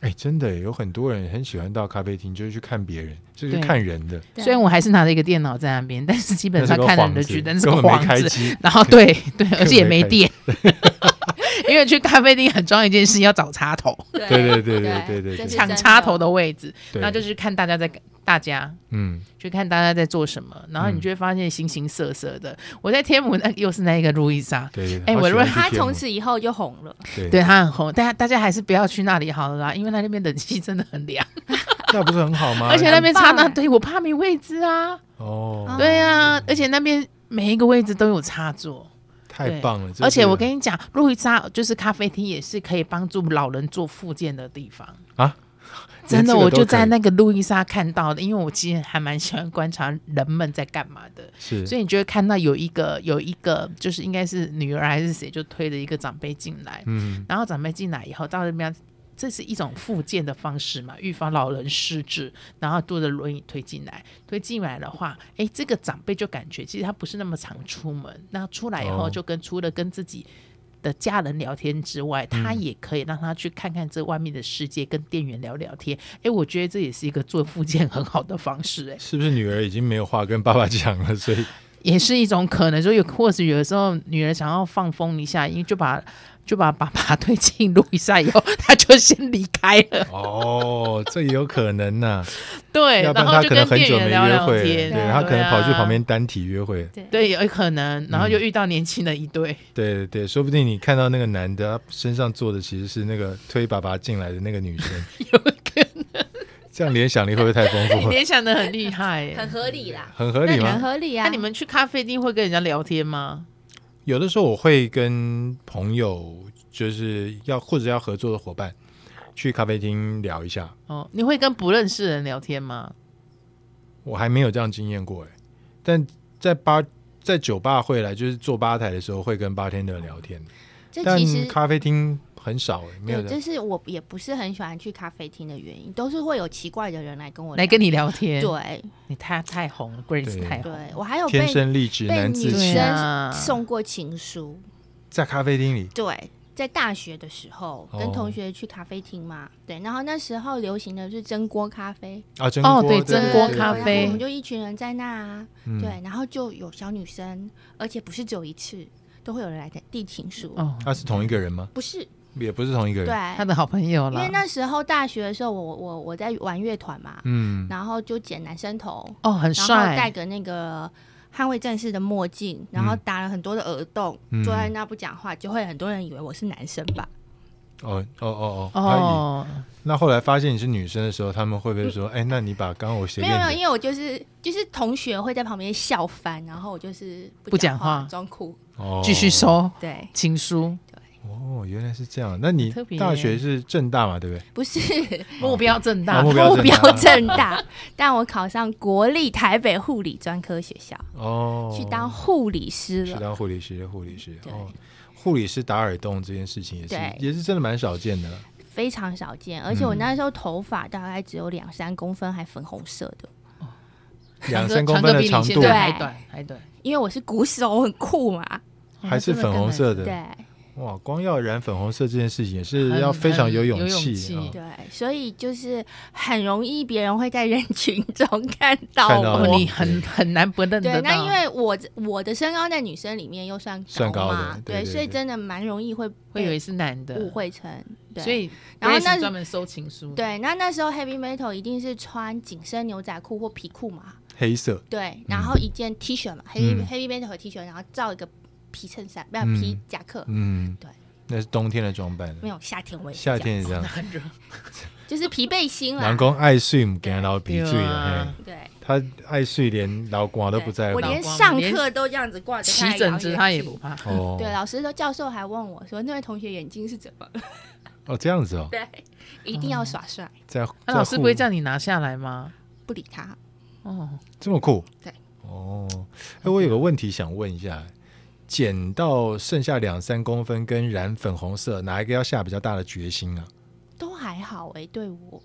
Speaker 1: 哎，真的耶有很多人很喜欢到咖啡厅，就是去看别人，就是
Speaker 3: 对
Speaker 1: 看人的，
Speaker 4: 对
Speaker 3: 虽然我还是拿着一个电脑在那边，但是基
Speaker 1: 那
Speaker 3: 本
Speaker 1: 是
Speaker 3: 上
Speaker 1: 个
Speaker 3: 看人
Speaker 1: 幌
Speaker 3: 的
Speaker 1: 子，
Speaker 3: 局，但
Speaker 1: 根
Speaker 3: 是个
Speaker 1: 本没
Speaker 3: 幌
Speaker 1: 开
Speaker 3: 子，
Speaker 1: 机。
Speaker 3: 然后对 对，而且也
Speaker 1: 没
Speaker 3: 没
Speaker 1: 开
Speaker 3: 电， 因为去咖啡厅很重要一件事要找插头，
Speaker 4: 对
Speaker 1: 对对对对对对
Speaker 4: 这是
Speaker 3: 抢
Speaker 4: 真
Speaker 3: 插
Speaker 4: 的
Speaker 3: 头的位置，
Speaker 1: 对，
Speaker 3: 那就是看大家在大家。
Speaker 1: 嗯，
Speaker 3: 去看大家在做什么，然后你就会发现形形色色的。我在天母那又是那一个路易莎，
Speaker 1: 对对。
Speaker 3: 哎
Speaker 1: 好
Speaker 3: 我
Speaker 1: 喜
Speaker 3: 如
Speaker 1: 欢
Speaker 3: 果
Speaker 1: 去
Speaker 4: 他
Speaker 1: 天
Speaker 4: 从
Speaker 1: 幕
Speaker 4: 此以后就红了。
Speaker 1: 对
Speaker 3: 对她很红，大家大家还是不要去那里好了啦，因为那那边冷气真的很凉，
Speaker 1: 那不是啊很好吗？
Speaker 3: 而且那边
Speaker 4: 很
Speaker 3: 插
Speaker 4: 棒哎
Speaker 3: 那对我怕没位置啊，
Speaker 1: 哦，
Speaker 3: 对啊，而且那边每一个位置都有插座，
Speaker 1: 太
Speaker 3: 对
Speaker 1: 棒了！这
Speaker 3: 而且
Speaker 1: 是
Speaker 3: 我跟你讲，路易莎就是咖啡厅也是可以帮助老人做复健的地方。
Speaker 1: 啊，
Speaker 3: 真的，
Speaker 1: 连这个
Speaker 3: 我
Speaker 1: 都
Speaker 3: 就
Speaker 1: 可
Speaker 3: 在
Speaker 1: 以
Speaker 3: 那个路易莎看到的，因为我其实还蛮喜欢观察人们在干嘛的，
Speaker 1: 是
Speaker 3: 所以你就会看到有一个有一个就是应该是女儿还是谁就推着一个长辈进来，
Speaker 1: 嗯，
Speaker 3: 然后长辈进来以后到那边这是一种复健的方式嘛，预防老人失智，然后坐着轮椅推进来，推进来的话，诶，这个长辈就感觉其实他不是那么常出门，那出来以后
Speaker 1: 哦
Speaker 3: 就跟、除了跟自己。的家人聊天之外，
Speaker 1: 嗯
Speaker 3: 他也可以让他去看看这外面的世界，跟店员聊聊天。诶，我觉得这也是一个做复健很好的方式、诶。
Speaker 1: 是不是女儿已经没有话跟爸爸讲了？所 以
Speaker 3: 也是一种可能，就有或许有的时候女人想要放风一下，因为就把就把爸爸推进路一下以后，她就先离开 了。
Speaker 1: 哦，这也有可能呐、
Speaker 3: 对，
Speaker 1: 要不然
Speaker 3: 后
Speaker 1: 他
Speaker 3: 就
Speaker 1: 可能
Speaker 3: 跟
Speaker 1: 很
Speaker 3: 店
Speaker 1: 久
Speaker 3: 员
Speaker 1: 没
Speaker 3: 聊
Speaker 1: 约
Speaker 3: 聊
Speaker 1: 会了，
Speaker 3: 天，
Speaker 1: 对
Speaker 3: 啊
Speaker 1: 他可能跑去旁。边嗯单体约会。
Speaker 4: 对
Speaker 3: 对，有可能，然后就遇到年轻的一 对，
Speaker 1: 对对对，说不定你看到那个男的，他身上坐的其实是那个推爸爸进来的那个女生，
Speaker 3: 有可能
Speaker 1: 这样联想力会不会太丰 富了？
Speaker 3: 哎联想的很厉害耶。
Speaker 4: 合理啦，
Speaker 1: 很合理
Speaker 4: 那
Speaker 1: 吗
Speaker 4: 很？合理啊。
Speaker 3: 那你们去咖啡厅会跟人家聊天吗？
Speaker 1: 有的时候我会跟朋友，就是要或者要合作的伙伴，去咖啡厅聊一下。
Speaker 3: 哦，你会跟不认识的人聊天吗？
Speaker 1: 我还没有这样经验过哎，但在吧在酒吧会来，就是坐吧台的时候会跟 bartender 聊天，
Speaker 4: 这
Speaker 1: 但
Speaker 4: 其实
Speaker 1: 咖啡厅很少哎，没有
Speaker 4: 对，
Speaker 1: 这
Speaker 4: 这是我也不是很喜欢去咖啡厅的原因，都是会有奇怪的人来跟我
Speaker 3: 来
Speaker 4: 聊
Speaker 3: 跟你聊天，
Speaker 4: 对
Speaker 3: 你太太红了，Grace
Speaker 1: 对
Speaker 3: 太红
Speaker 4: 对
Speaker 3: 了，，
Speaker 4: 我还有
Speaker 1: 天
Speaker 4: 被
Speaker 1: 生丽质
Speaker 4: 被
Speaker 1: 难自
Speaker 4: 女
Speaker 1: 弃
Speaker 3: 对，
Speaker 4: 生
Speaker 3: 啊
Speaker 4: 送过情书，
Speaker 1: 在咖啡厅里
Speaker 4: 对。在大学的时候，跟
Speaker 1: 哦
Speaker 4: 同学去咖啡厅嘛，对，然后那时候流行的是蒸锅咖啡，
Speaker 1: 啊，蒸
Speaker 3: 哦
Speaker 1: 锅
Speaker 3: 对
Speaker 4: 对
Speaker 3: 蒸锅
Speaker 4: 对
Speaker 3: 咖
Speaker 4: 然后
Speaker 3: 啡
Speaker 4: 我们就一群人在那啊，
Speaker 1: 嗯
Speaker 4: 对，然后就有小女生，而且不是只有一次，都会有人来递情书，
Speaker 3: 哦，
Speaker 1: 他是同一个人吗？
Speaker 4: 不是，
Speaker 1: 也不是同一个
Speaker 4: 对，
Speaker 1: 人，
Speaker 3: 他的好朋友
Speaker 4: 因
Speaker 3: 啦。
Speaker 4: 为那时候大学的时候，我我我在玩乐团嘛，
Speaker 1: 嗯，
Speaker 4: 然后就剪男生头，
Speaker 3: 哦，很
Speaker 4: 然后戴
Speaker 3: 帅，
Speaker 4: 个那个捍卫战士的墨镜，然
Speaker 3: 嗯
Speaker 4: 后打了很多的耳洞，
Speaker 1: 嗯
Speaker 4: 坐在那不讲话，就会很多人以为我是男生吧？
Speaker 1: 哦哦哦哦，他以
Speaker 3: 哦，
Speaker 1: 那后来发现你是女生的时候，他们会不会说，哎，那你把刚刚我写
Speaker 4: 嗯没
Speaker 1: 给
Speaker 4: 有没有，
Speaker 1: 你的，
Speaker 4: 因为我就是就是同学会在旁边笑翻，然后我就是
Speaker 3: 不
Speaker 4: 讲
Speaker 3: 讲话
Speaker 4: 装酷，
Speaker 1: 哦
Speaker 3: 继续收
Speaker 4: 对，
Speaker 3: 情书，
Speaker 1: 哦，原来是这样，那你
Speaker 3: 特别耶
Speaker 1: 大学是正大嘛，对不对？
Speaker 4: 不是
Speaker 3: 目标正
Speaker 1: 啊
Speaker 3: 大
Speaker 1: 目。标
Speaker 4: 目
Speaker 1: 正
Speaker 4: 标
Speaker 1: 大
Speaker 4: 正大，但我考上国立台北护理专科学校，
Speaker 1: 哦，
Speaker 4: 去当护理师
Speaker 1: 去
Speaker 4: 了。
Speaker 1: 当护理师，护理师
Speaker 4: 对
Speaker 1: 哦，护理师打耳洞这件事情也是
Speaker 4: 对
Speaker 1: 也是真的蛮少见的。
Speaker 4: 非常少见，
Speaker 3: 嗯
Speaker 4: 而且我那时候头发大概只有两三公分，还粉红色的。
Speaker 1: 两三公分的长
Speaker 3: 长
Speaker 1: 度
Speaker 3: 得比你现在
Speaker 4: 对
Speaker 3: 还短，还短，
Speaker 4: 因为我是鼓手，我很酷嘛。
Speaker 1: 还
Speaker 4: 哦
Speaker 1: 是粉红色的，
Speaker 4: 对
Speaker 1: 哇！光要染粉红色这件事情也是
Speaker 3: 很
Speaker 1: 要非常有
Speaker 3: 很有勇
Speaker 1: 气
Speaker 3: 气
Speaker 1: 啊！
Speaker 4: 对，所以就是很容易别人会在人群中 看到
Speaker 1: 看到
Speaker 4: 我。
Speaker 3: 哦，
Speaker 1: 我
Speaker 3: 你很很难不认
Speaker 4: 对，
Speaker 3: 得
Speaker 4: 那
Speaker 3: 到。
Speaker 4: 因为我我的身高在女生里面又算高
Speaker 1: 算高
Speaker 4: 嘛
Speaker 1: 的对
Speaker 4: 对
Speaker 1: 对
Speaker 4: 所以
Speaker 1: 对
Speaker 4: 真的蛮容易会
Speaker 3: 会以
Speaker 4: 被
Speaker 3: 为是男的
Speaker 4: 误，会成。对
Speaker 3: 所以
Speaker 4: 然后
Speaker 3: Grace
Speaker 4: 那
Speaker 3: 专门收情书，，
Speaker 4: 对，那那时候 heavy metal 一定是穿紧身牛仔裤或皮裤嘛，
Speaker 1: 黑色
Speaker 4: 对，然后一件 T 恤嘛、h e a v y
Speaker 1: 嗯
Speaker 4: heavy metal 的 T 恤，然后罩一个皮衬衫，不、
Speaker 1: 嗯
Speaker 4: 是皮夹克，
Speaker 1: 嗯，
Speaker 4: 对，
Speaker 1: 那是冬天的装扮，
Speaker 4: 没有夏天我也是
Speaker 1: 夏
Speaker 4: 这样
Speaker 1: 天也是这样。
Speaker 3: 很热，
Speaker 4: 就是皮背心
Speaker 1: 南
Speaker 4: 啦。
Speaker 1: 宫爱睡不给老皮醉
Speaker 3: 对
Speaker 1: 了，
Speaker 3: 啊
Speaker 1: 嘿，
Speaker 4: 对，
Speaker 1: 他爱睡连老瓜都不在乎
Speaker 4: 我。连
Speaker 3: 老光
Speaker 4: 上
Speaker 3: 连
Speaker 4: 课都这样子挂着他
Speaker 3: 起
Speaker 4: 的
Speaker 3: 疹
Speaker 4: 摇
Speaker 3: 子
Speaker 4: 眼
Speaker 3: 他也
Speaker 4: 镜
Speaker 3: 不怕。
Speaker 1: 哦
Speaker 4: 对，老师说教授还问我说：“那位同学眼睛是怎么了
Speaker 1: 哦，这样子哦？” ，
Speaker 4: 对， 一定要耍帅，
Speaker 1: 在
Speaker 3: 那老
Speaker 1: 在
Speaker 3: 师
Speaker 1: 户
Speaker 3: 不会叫你拿下来吗？
Speaker 4: 不理他。
Speaker 3: 哦，
Speaker 1: 这么酷？
Speaker 4: 对。
Speaker 1: 哦，哎，我有个问题想问一下，减到剩下两三公分跟染粉红色，哪一个要下比较大的决心啊？
Speaker 4: 都还好哎、对我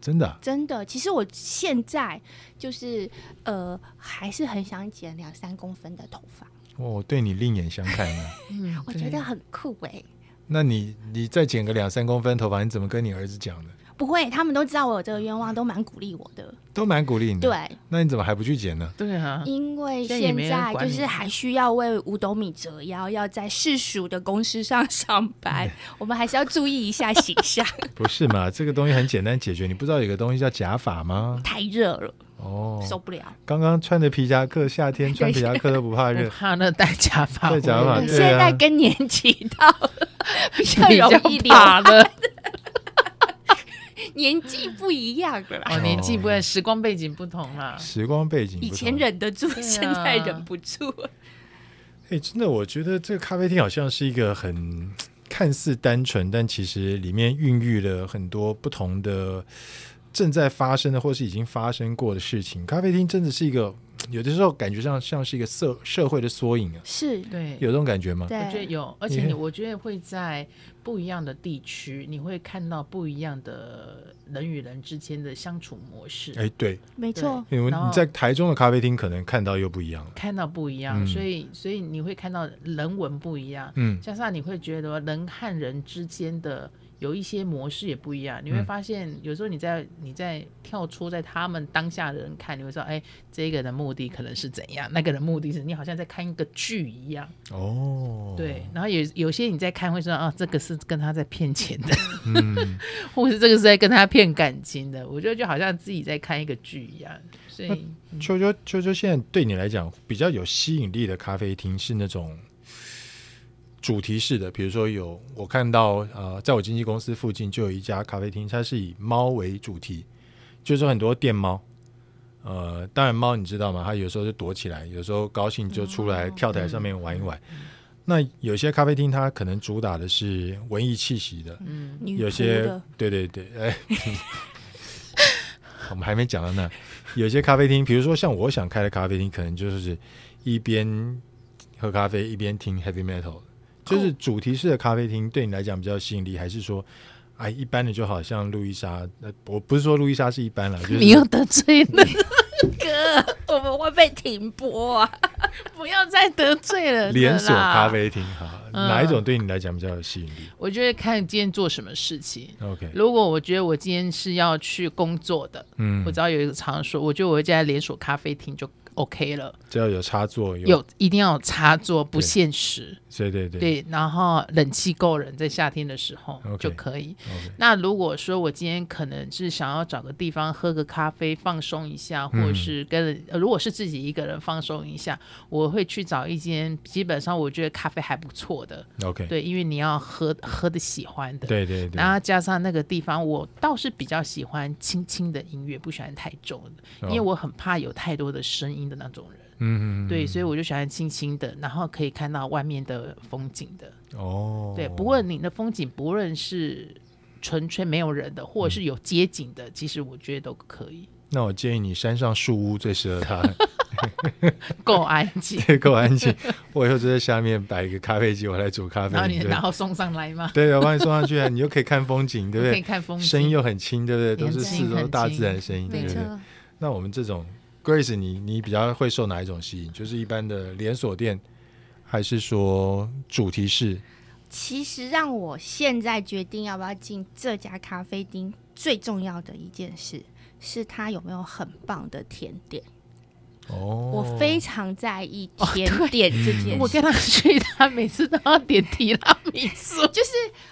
Speaker 1: 真的啊、
Speaker 4: 真的，其实我现在就是呃，还是很想剪两三公分的头发，
Speaker 1: 哇我哦对你另眼相看 啊。
Speaker 3: 嗯，
Speaker 4: 我觉得很酷哎、
Speaker 1: 那你你再剪个两三公分头发，你怎么跟你儿子讲的？
Speaker 4: 不会，他们都知道我有这个愿望，都蛮鼓励我的。
Speaker 1: 都蛮鼓励你的。
Speaker 4: 对，
Speaker 1: 那你怎么还不去剪呢？
Speaker 3: 对啊，
Speaker 4: 因为
Speaker 3: 嗯现在也
Speaker 4: 现
Speaker 3: 没人
Speaker 4: 在
Speaker 3: 管
Speaker 4: 就
Speaker 3: 你
Speaker 4: 是还需要为五斗米折腰，要在世俗的公司上上
Speaker 3: 嗯
Speaker 4: 班，我们还是要注意一下形 象，
Speaker 1: 不是 嘛？这个东西很简单解决，你不知道有个东西叫假发吗？
Speaker 4: 太热了，
Speaker 1: 哦，
Speaker 4: 受不了。
Speaker 1: 刚刚穿着皮夹克，夏天穿皮夹克都不怕
Speaker 3: 我
Speaker 1: 热。
Speaker 3: 怕那戴假发，
Speaker 1: 戴假发
Speaker 3: 我
Speaker 1: 对
Speaker 4: 现在
Speaker 1: 啊
Speaker 4: 更年期到了， 比较
Speaker 3: 比较
Speaker 4: 容易流
Speaker 3: 怕
Speaker 4: 汗，
Speaker 3: 了。
Speaker 4: 年纪不一样了
Speaker 1: 啊
Speaker 4: 啦。
Speaker 3: 哦，年纪不一样，时光背景不同啦。
Speaker 1: 时光背景不同，
Speaker 4: 以前忍得住，
Speaker 3: 啊
Speaker 4: 现在忍不住。
Speaker 1: 哎、真的，我觉得这个咖啡厅好像是一个很看似单纯，但其实里面孕育了很多不同的正在发生的或是已经发生过的事情。咖啡厅真的是一个有的时候感觉上像是一个社社会的缩影啊，
Speaker 4: 是，
Speaker 3: 对，
Speaker 1: 有这种感觉吗？
Speaker 4: 对，
Speaker 3: 我觉得有，而
Speaker 1: 你
Speaker 3: 且
Speaker 1: 看
Speaker 3: 你我觉得会在不一样的地区，你会看到不一样的人与人之间的相处模式，
Speaker 1: 哎，对，
Speaker 4: 没错，
Speaker 1: 因为
Speaker 3: 然后
Speaker 1: 你在台中的咖啡厅可能看到又不一样了。
Speaker 3: 看到不一样，
Speaker 1: 嗯
Speaker 3: 所以所以你会看到人文不一样，
Speaker 1: 嗯，
Speaker 3: 加上你会觉得人和人之间的有一些模式也不一样，你会
Speaker 1: 嗯
Speaker 3: 发现有时候你在你在跳出在他们当下的人看，你会说，哎，这个人目的可能是怎样，那个人目的是你好像在看一个剧一样，
Speaker 1: 哦，
Speaker 3: 对，，然后有有些你在看会说，啊，这个是跟他在骗钱的，
Speaker 1: 嗯，
Speaker 3: 或是这个是在跟他骗感情的，我觉得就好像自己在看一个剧一样，所以
Speaker 1: 秋秋秋秋，现在对你来讲比较有吸引力的咖啡厅是那种主题式的，比如说有我看到呃，在我经纪公司附近就有一家咖啡厅，它是以猫为主题，就是很多电猫。呃，当然猫你知道吗？它有时候就躲起来，有时候高兴就出来
Speaker 4: 哦
Speaker 1: 跳台上面玩一玩。那有些咖啡厅它可能主打的是文艺气息的，
Speaker 3: 嗯，
Speaker 4: 女
Speaker 1: 有
Speaker 4: 仆
Speaker 1: 些
Speaker 4: 的
Speaker 1: 对对对，哎， 我们还没讲到那，有些咖啡厅，比如说像我想开的咖啡厅，可能就是一边喝咖啡一边听 heavy metal，就是主题式的咖啡厅对你来讲比较有吸引力，还是说？哎，一般的就好像路易莎，呃，我不是说路易莎是一 般了，就是
Speaker 3: 你又得罪了，
Speaker 4: 哥，我们会被停播啊！
Speaker 3: 不要再得罪了，
Speaker 1: 连锁咖
Speaker 3: 真的啦。
Speaker 1: 啡厅哈，
Speaker 3: 嗯
Speaker 1: 哪一种对你来讲比较有吸引力
Speaker 3: 我就会看今天做什么事情。
Speaker 1: ？OK，
Speaker 3: 如果我觉得我今天是要去工作的，
Speaker 1: 嗯
Speaker 3: 我，只要有一个场所，我觉得我会在连锁咖啡厅就 OK 了。
Speaker 1: 只要有插座，有，
Speaker 3: 有一定要有插座，不
Speaker 1: 对
Speaker 3: 限时，
Speaker 1: 对对对
Speaker 3: 对，然后冷气够冷，在夏天的时候
Speaker 1: OK
Speaker 3: 就可以。
Speaker 1: o k
Speaker 3: 那如果说我今天可能是想要找个地方喝个咖啡放松一下，或
Speaker 1: 嗯
Speaker 3: 者是跟人、呃如果是自己一个人放松一下，我会去找一间基本上我觉得咖啡还不错的，
Speaker 1: OK，
Speaker 3: 对，因为你要喝喝的喜欢的。
Speaker 1: 对对嗯对，
Speaker 3: 然后加上那个地方，我倒是比较喜欢轻轻的音乐，不喜欢太重的，因为
Speaker 1: 哦
Speaker 3: 我很怕有太多的声音的那种人。
Speaker 1: 嗯嗯嗯，
Speaker 3: 对，所以我就喜欢轻轻的，然后可以看到外面的风景的。
Speaker 1: 哦，
Speaker 3: 对，不论你的风景，不论是纯粹没有人的，或者
Speaker 1: 嗯
Speaker 3: 是有街景的，其实我觉得都可以，
Speaker 1: 那我建议你山上树屋最适合 它，。
Speaker 3: 够安静
Speaker 1: 够安静。我以后就在下面摆一个咖啡机，我来煮咖啡。
Speaker 3: 然后你，
Speaker 1: 对
Speaker 3: 然后送上来嘛，
Speaker 1: 对，我帮你送上去，啊你又可以看风景，对不
Speaker 3: 可以
Speaker 1: 对？
Speaker 3: 看风景，
Speaker 1: 声音又很轻，对不对？都
Speaker 3: 很
Speaker 1: 是
Speaker 3: 轻
Speaker 1: 四周
Speaker 3: 很
Speaker 1: 大自
Speaker 3: 轻
Speaker 1: 然的声音，对
Speaker 4: 没
Speaker 1: 不
Speaker 4: 错
Speaker 1: 对，？那我们这种 Grace，你你比较会受哪一种吸引？就是一般的连锁店，还是说主题式？
Speaker 4: 其实让我现在决定要不要进这家咖啡厅，最重要的一件事是它有没有很棒的甜点。
Speaker 1: 哦，
Speaker 4: 我非常在意甜点这件事。
Speaker 1: 嗯
Speaker 3: 我跟他去，他每次都要点提拉米苏
Speaker 4: 就是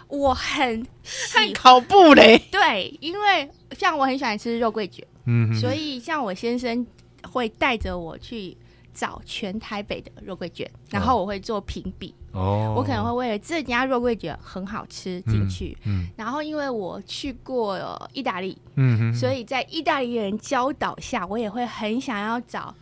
Speaker 4: 我很喜
Speaker 3: 和烤布 雷，
Speaker 4: 对，因为像我很喜欢吃肉桂卷，
Speaker 1: 嗯哼，
Speaker 4: 所以像我先生会带着我去找全台北的肉桂卷，然后我会做评比，
Speaker 1: 哦，
Speaker 4: 我可能会为了这家肉桂卷很好吃进去。
Speaker 1: 嗯
Speaker 4: 然后，因为我去过呃意大利，
Speaker 1: 嗯哼，
Speaker 4: 所以在意大利人教导下，我也会很想要找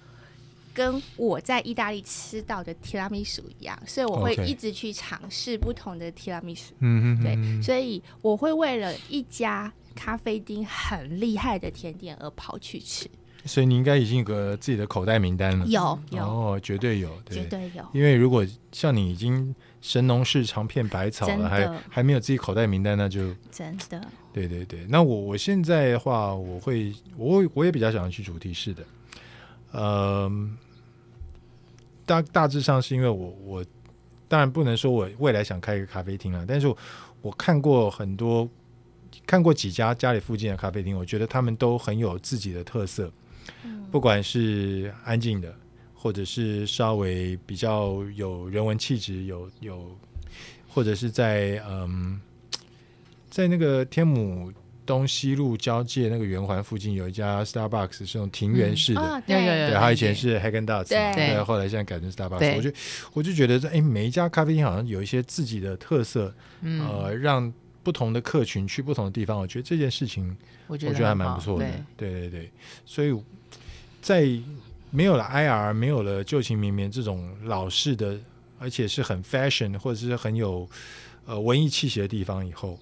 Speaker 4: 跟我在意大利吃到的提拉米苏一样，所以我会
Speaker 1: OK
Speaker 4: 一直去尝试不同的提拉米苏。
Speaker 1: 嗯哼，
Speaker 4: 对，
Speaker 1: 嗯哼
Speaker 4: 所以我会为了一家咖啡厅很厉害的甜点而跑去吃。
Speaker 1: 所以你应该已经有个自己的口袋名单了，
Speaker 4: 有有，
Speaker 1: 哦，绝对有，对
Speaker 4: 绝对有。
Speaker 1: 因为如果像你已经神农氏尝遍百草
Speaker 4: 真的
Speaker 1: 了，还还没有自己口袋名单，那就
Speaker 4: 真的，
Speaker 1: 对对对。那我我现在的话，我会我会我也比较想要去主题式的，呃，大大致上是因为我我当然不能说我未来想开一个咖啡厅了，但是我我看过很多看过几家家里附近的咖啡厅，我觉得他们都很有自己的特色，不管是安静的，或者是稍微比较有人文气质，有有，或者是在嗯，在那个天母东西路交界那个圆环附近有一家 Starbucks 是那种庭园式的。
Speaker 4: 啊，
Speaker 3: 有有
Speaker 4: 对
Speaker 3: 有
Speaker 1: 对，它以前是 Hagen Dazs，
Speaker 4: 对
Speaker 1: 对，后来现在改成 Starbucks。
Speaker 3: 对
Speaker 1: 我就我就觉得这，哎，每一家咖啡厅好像有一些自己的特色，
Speaker 3: 嗯，
Speaker 1: 呃，让不同的客群去不同的地方。我觉得这件事情
Speaker 3: 我觉
Speaker 1: 我
Speaker 3: 得
Speaker 1: 觉得还蛮
Speaker 3: 很好
Speaker 1: 不错的
Speaker 3: 对。
Speaker 1: 对对对，所以在没有了 IR，没有了旧情绵绵这种老式的，而且是很 fashion 或者是很有呃文艺气息的地方以后，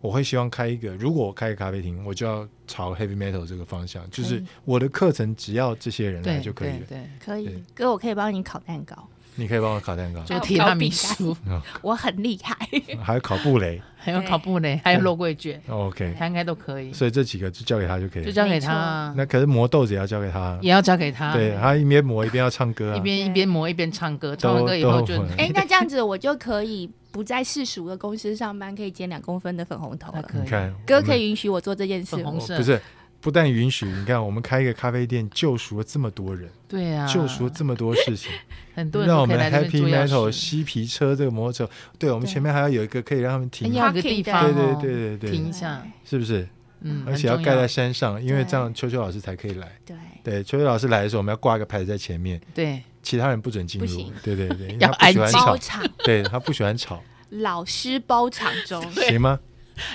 Speaker 1: 我会希望开一个，如果我开个咖啡厅，我就要朝 heavy metal 这个方向，就
Speaker 4: 可
Speaker 1: 是
Speaker 4: 以
Speaker 1: 我的课程只要这些人来
Speaker 3: 嗯对
Speaker 1: 就可以
Speaker 3: 对
Speaker 1: 了。
Speaker 3: 对，
Speaker 4: 可以
Speaker 1: 对，
Speaker 4: 哥，我可以帮你烤蛋糕，
Speaker 1: 你可以帮我烤蛋糕，
Speaker 4: 就
Speaker 3: 做提拉米苏，
Speaker 4: 我很厉害。
Speaker 1: 还有烤布雷
Speaker 3: 还有烤布雷，还
Speaker 1: 嗯
Speaker 3: 有肉桂卷，
Speaker 1: ，OK，
Speaker 3: 他应该都可以，
Speaker 1: 所以这几个就交给他就可以
Speaker 3: 就
Speaker 1: 了。
Speaker 3: 交给他，
Speaker 1: 那可是磨豆子也要交给他，
Speaker 3: 也要交给他，
Speaker 1: 对他一边磨一边要唱歌
Speaker 3: 一
Speaker 1: 啊，
Speaker 3: 边一边磨一边唱歌，唱
Speaker 1: 都
Speaker 3: 完歌以后
Speaker 1: 都
Speaker 3: 就
Speaker 1: 会
Speaker 4: 哎、那这样子我就可以不在世俗的公司上班，可以减两公分的粉红头
Speaker 3: 他
Speaker 4: 了。
Speaker 3: 可
Speaker 1: 你
Speaker 3: 以，
Speaker 1: 看
Speaker 4: 哥
Speaker 1: 我们
Speaker 4: 可以允许我做这件事
Speaker 3: 粉
Speaker 4: 吗，
Speaker 3: 红色
Speaker 1: 哦不是。不但允许，你看，我们开一个咖啡店，救赎了这么多人，
Speaker 3: 对啊，
Speaker 1: 救赎了这么多事情，
Speaker 3: 很多人
Speaker 1: 让
Speaker 3: 都
Speaker 1: 我
Speaker 3: 可以
Speaker 1: 们
Speaker 3: 来这边
Speaker 1: Happy
Speaker 3: 做钥
Speaker 1: Metal
Speaker 3: 匙，
Speaker 1: 嬉皮车这个摩托车，对我们
Speaker 4: 对
Speaker 1: 前面还要有一个可以让他们停
Speaker 3: 哎，
Speaker 4: 呀
Speaker 3: 要有个地方
Speaker 1: 对
Speaker 3: 哦，
Speaker 1: 对对对
Speaker 3: 停
Speaker 1: 对，
Speaker 3: 一下，
Speaker 1: 是不是？
Speaker 3: 嗯，
Speaker 1: 而
Speaker 3: 很
Speaker 1: 且要
Speaker 3: 重
Speaker 1: 盖在山上，因为
Speaker 4: 对
Speaker 1: 这样秋秋老师才可以来。
Speaker 4: 对，
Speaker 1: 对，秋秋老师来的时候，我们要挂一个牌子在前面，
Speaker 3: 对，
Speaker 1: 其他人不准进
Speaker 4: 不
Speaker 1: 入
Speaker 4: 行。
Speaker 1: 对对 对，因为
Speaker 3: 要
Speaker 1: 他不喜欢
Speaker 3: 安
Speaker 1: 吵，
Speaker 4: 包场
Speaker 1: 对他不喜欢 吵，
Speaker 4: 老师包场中，
Speaker 1: 行吗？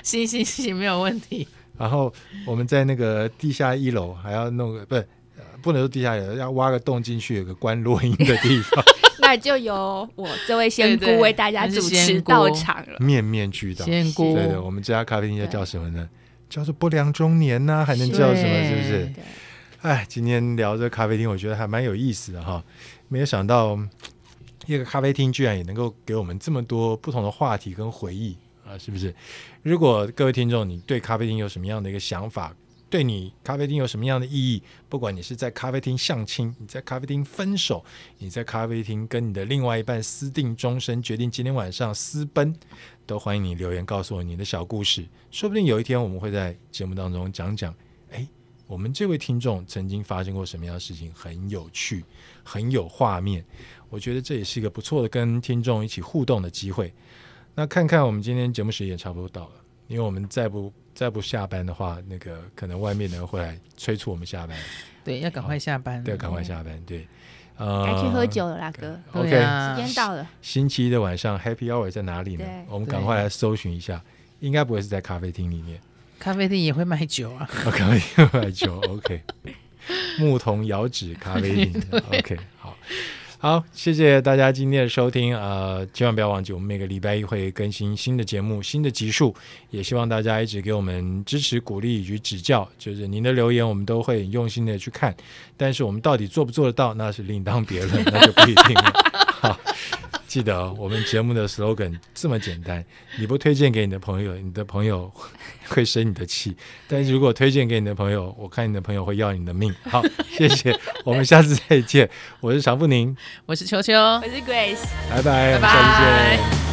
Speaker 3: 行行行，没有问题，
Speaker 1: 然后我们在那个地下一楼还要弄个不是。呃不能说地下一楼，要挖个洞进去，有个关落音的地 方，
Speaker 4: 那就由我这位仙姑
Speaker 3: 对对
Speaker 4: 为大家
Speaker 3: 还是
Speaker 4: 主
Speaker 3: 仙
Speaker 4: 持
Speaker 3: 姑
Speaker 4: 到场了。
Speaker 1: 面面俱到。
Speaker 3: 仙姑，
Speaker 1: 对的，我们这家咖啡厅叫什么呢？叫做不良中年呐、还能
Speaker 4: 是
Speaker 1: 叫什么？是不是
Speaker 3: 对？
Speaker 4: 对，
Speaker 1: 哎，今天聊这咖啡厅，我觉得还蛮有意思的哈。没有想到嗯一个咖啡厅居然也能够给我们这么多不同的话题跟回忆啊，是不是？如果各位听众你对咖啡厅有什么样的一个想法，对你咖啡厅有什么样的意义，不管你是在咖啡厅相亲，你在咖啡厅分手，你在咖啡厅跟你的另外一半私定终身，决定今天晚上私奔。都欢迎你留言告诉我你的小故事，说不定有一天我们会在节目当中讲讲，哎，我们这位听众曾经发生过什么样的事情，很有趣，很有画面。我觉得这也是一个不错的跟听众一起互动的机会。那看看我们今天节目时间也差不多到了，因为我们再不再不下班的话，那个可能外面的人会来催促我们下班，
Speaker 3: 对，要赶快下班，
Speaker 1: 对，赶快下班，对，呃，
Speaker 4: 嗯该去喝。酒了啦，哥，
Speaker 1: OK，、
Speaker 3: 对啊
Speaker 4: 时间到了。
Speaker 1: 星期一的晚上 Happy Hour 在哪里呢
Speaker 4: 对？
Speaker 1: 我们赶快来搜寻一下，应该不会是在咖啡厅里面。
Speaker 3: 咖啡厅也会卖酒啊，
Speaker 1: 哦，咖 啡厅买球，OK。牧童遥指咖啡厅，OK，好。好，谢谢大家今天的收听。呃，千万不要忘记，我们每个礼拜一会更新新的节目、新的集数，也希望大家一直给我们支持、鼓励以及指教。就是您的留言，我们都会很用心的去看，但是我们到底做不做得到，那是另当别论，那就不一定了。 好，记得哦、我们节目的 slogan 这么简单，你不推荐给你的朋友，你的朋友会生你的气；但是如果推荐给你的朋友，我看你的朋友会要你的命。好，谢谢，我们下次再见。我是常富宁，
Speaker 3: 我是球球，
Speaker 4: 我是 Grace。
Speaker 1: 拜拜，我们下次
Speaker 4: 拜拜
Speaker 1: 见。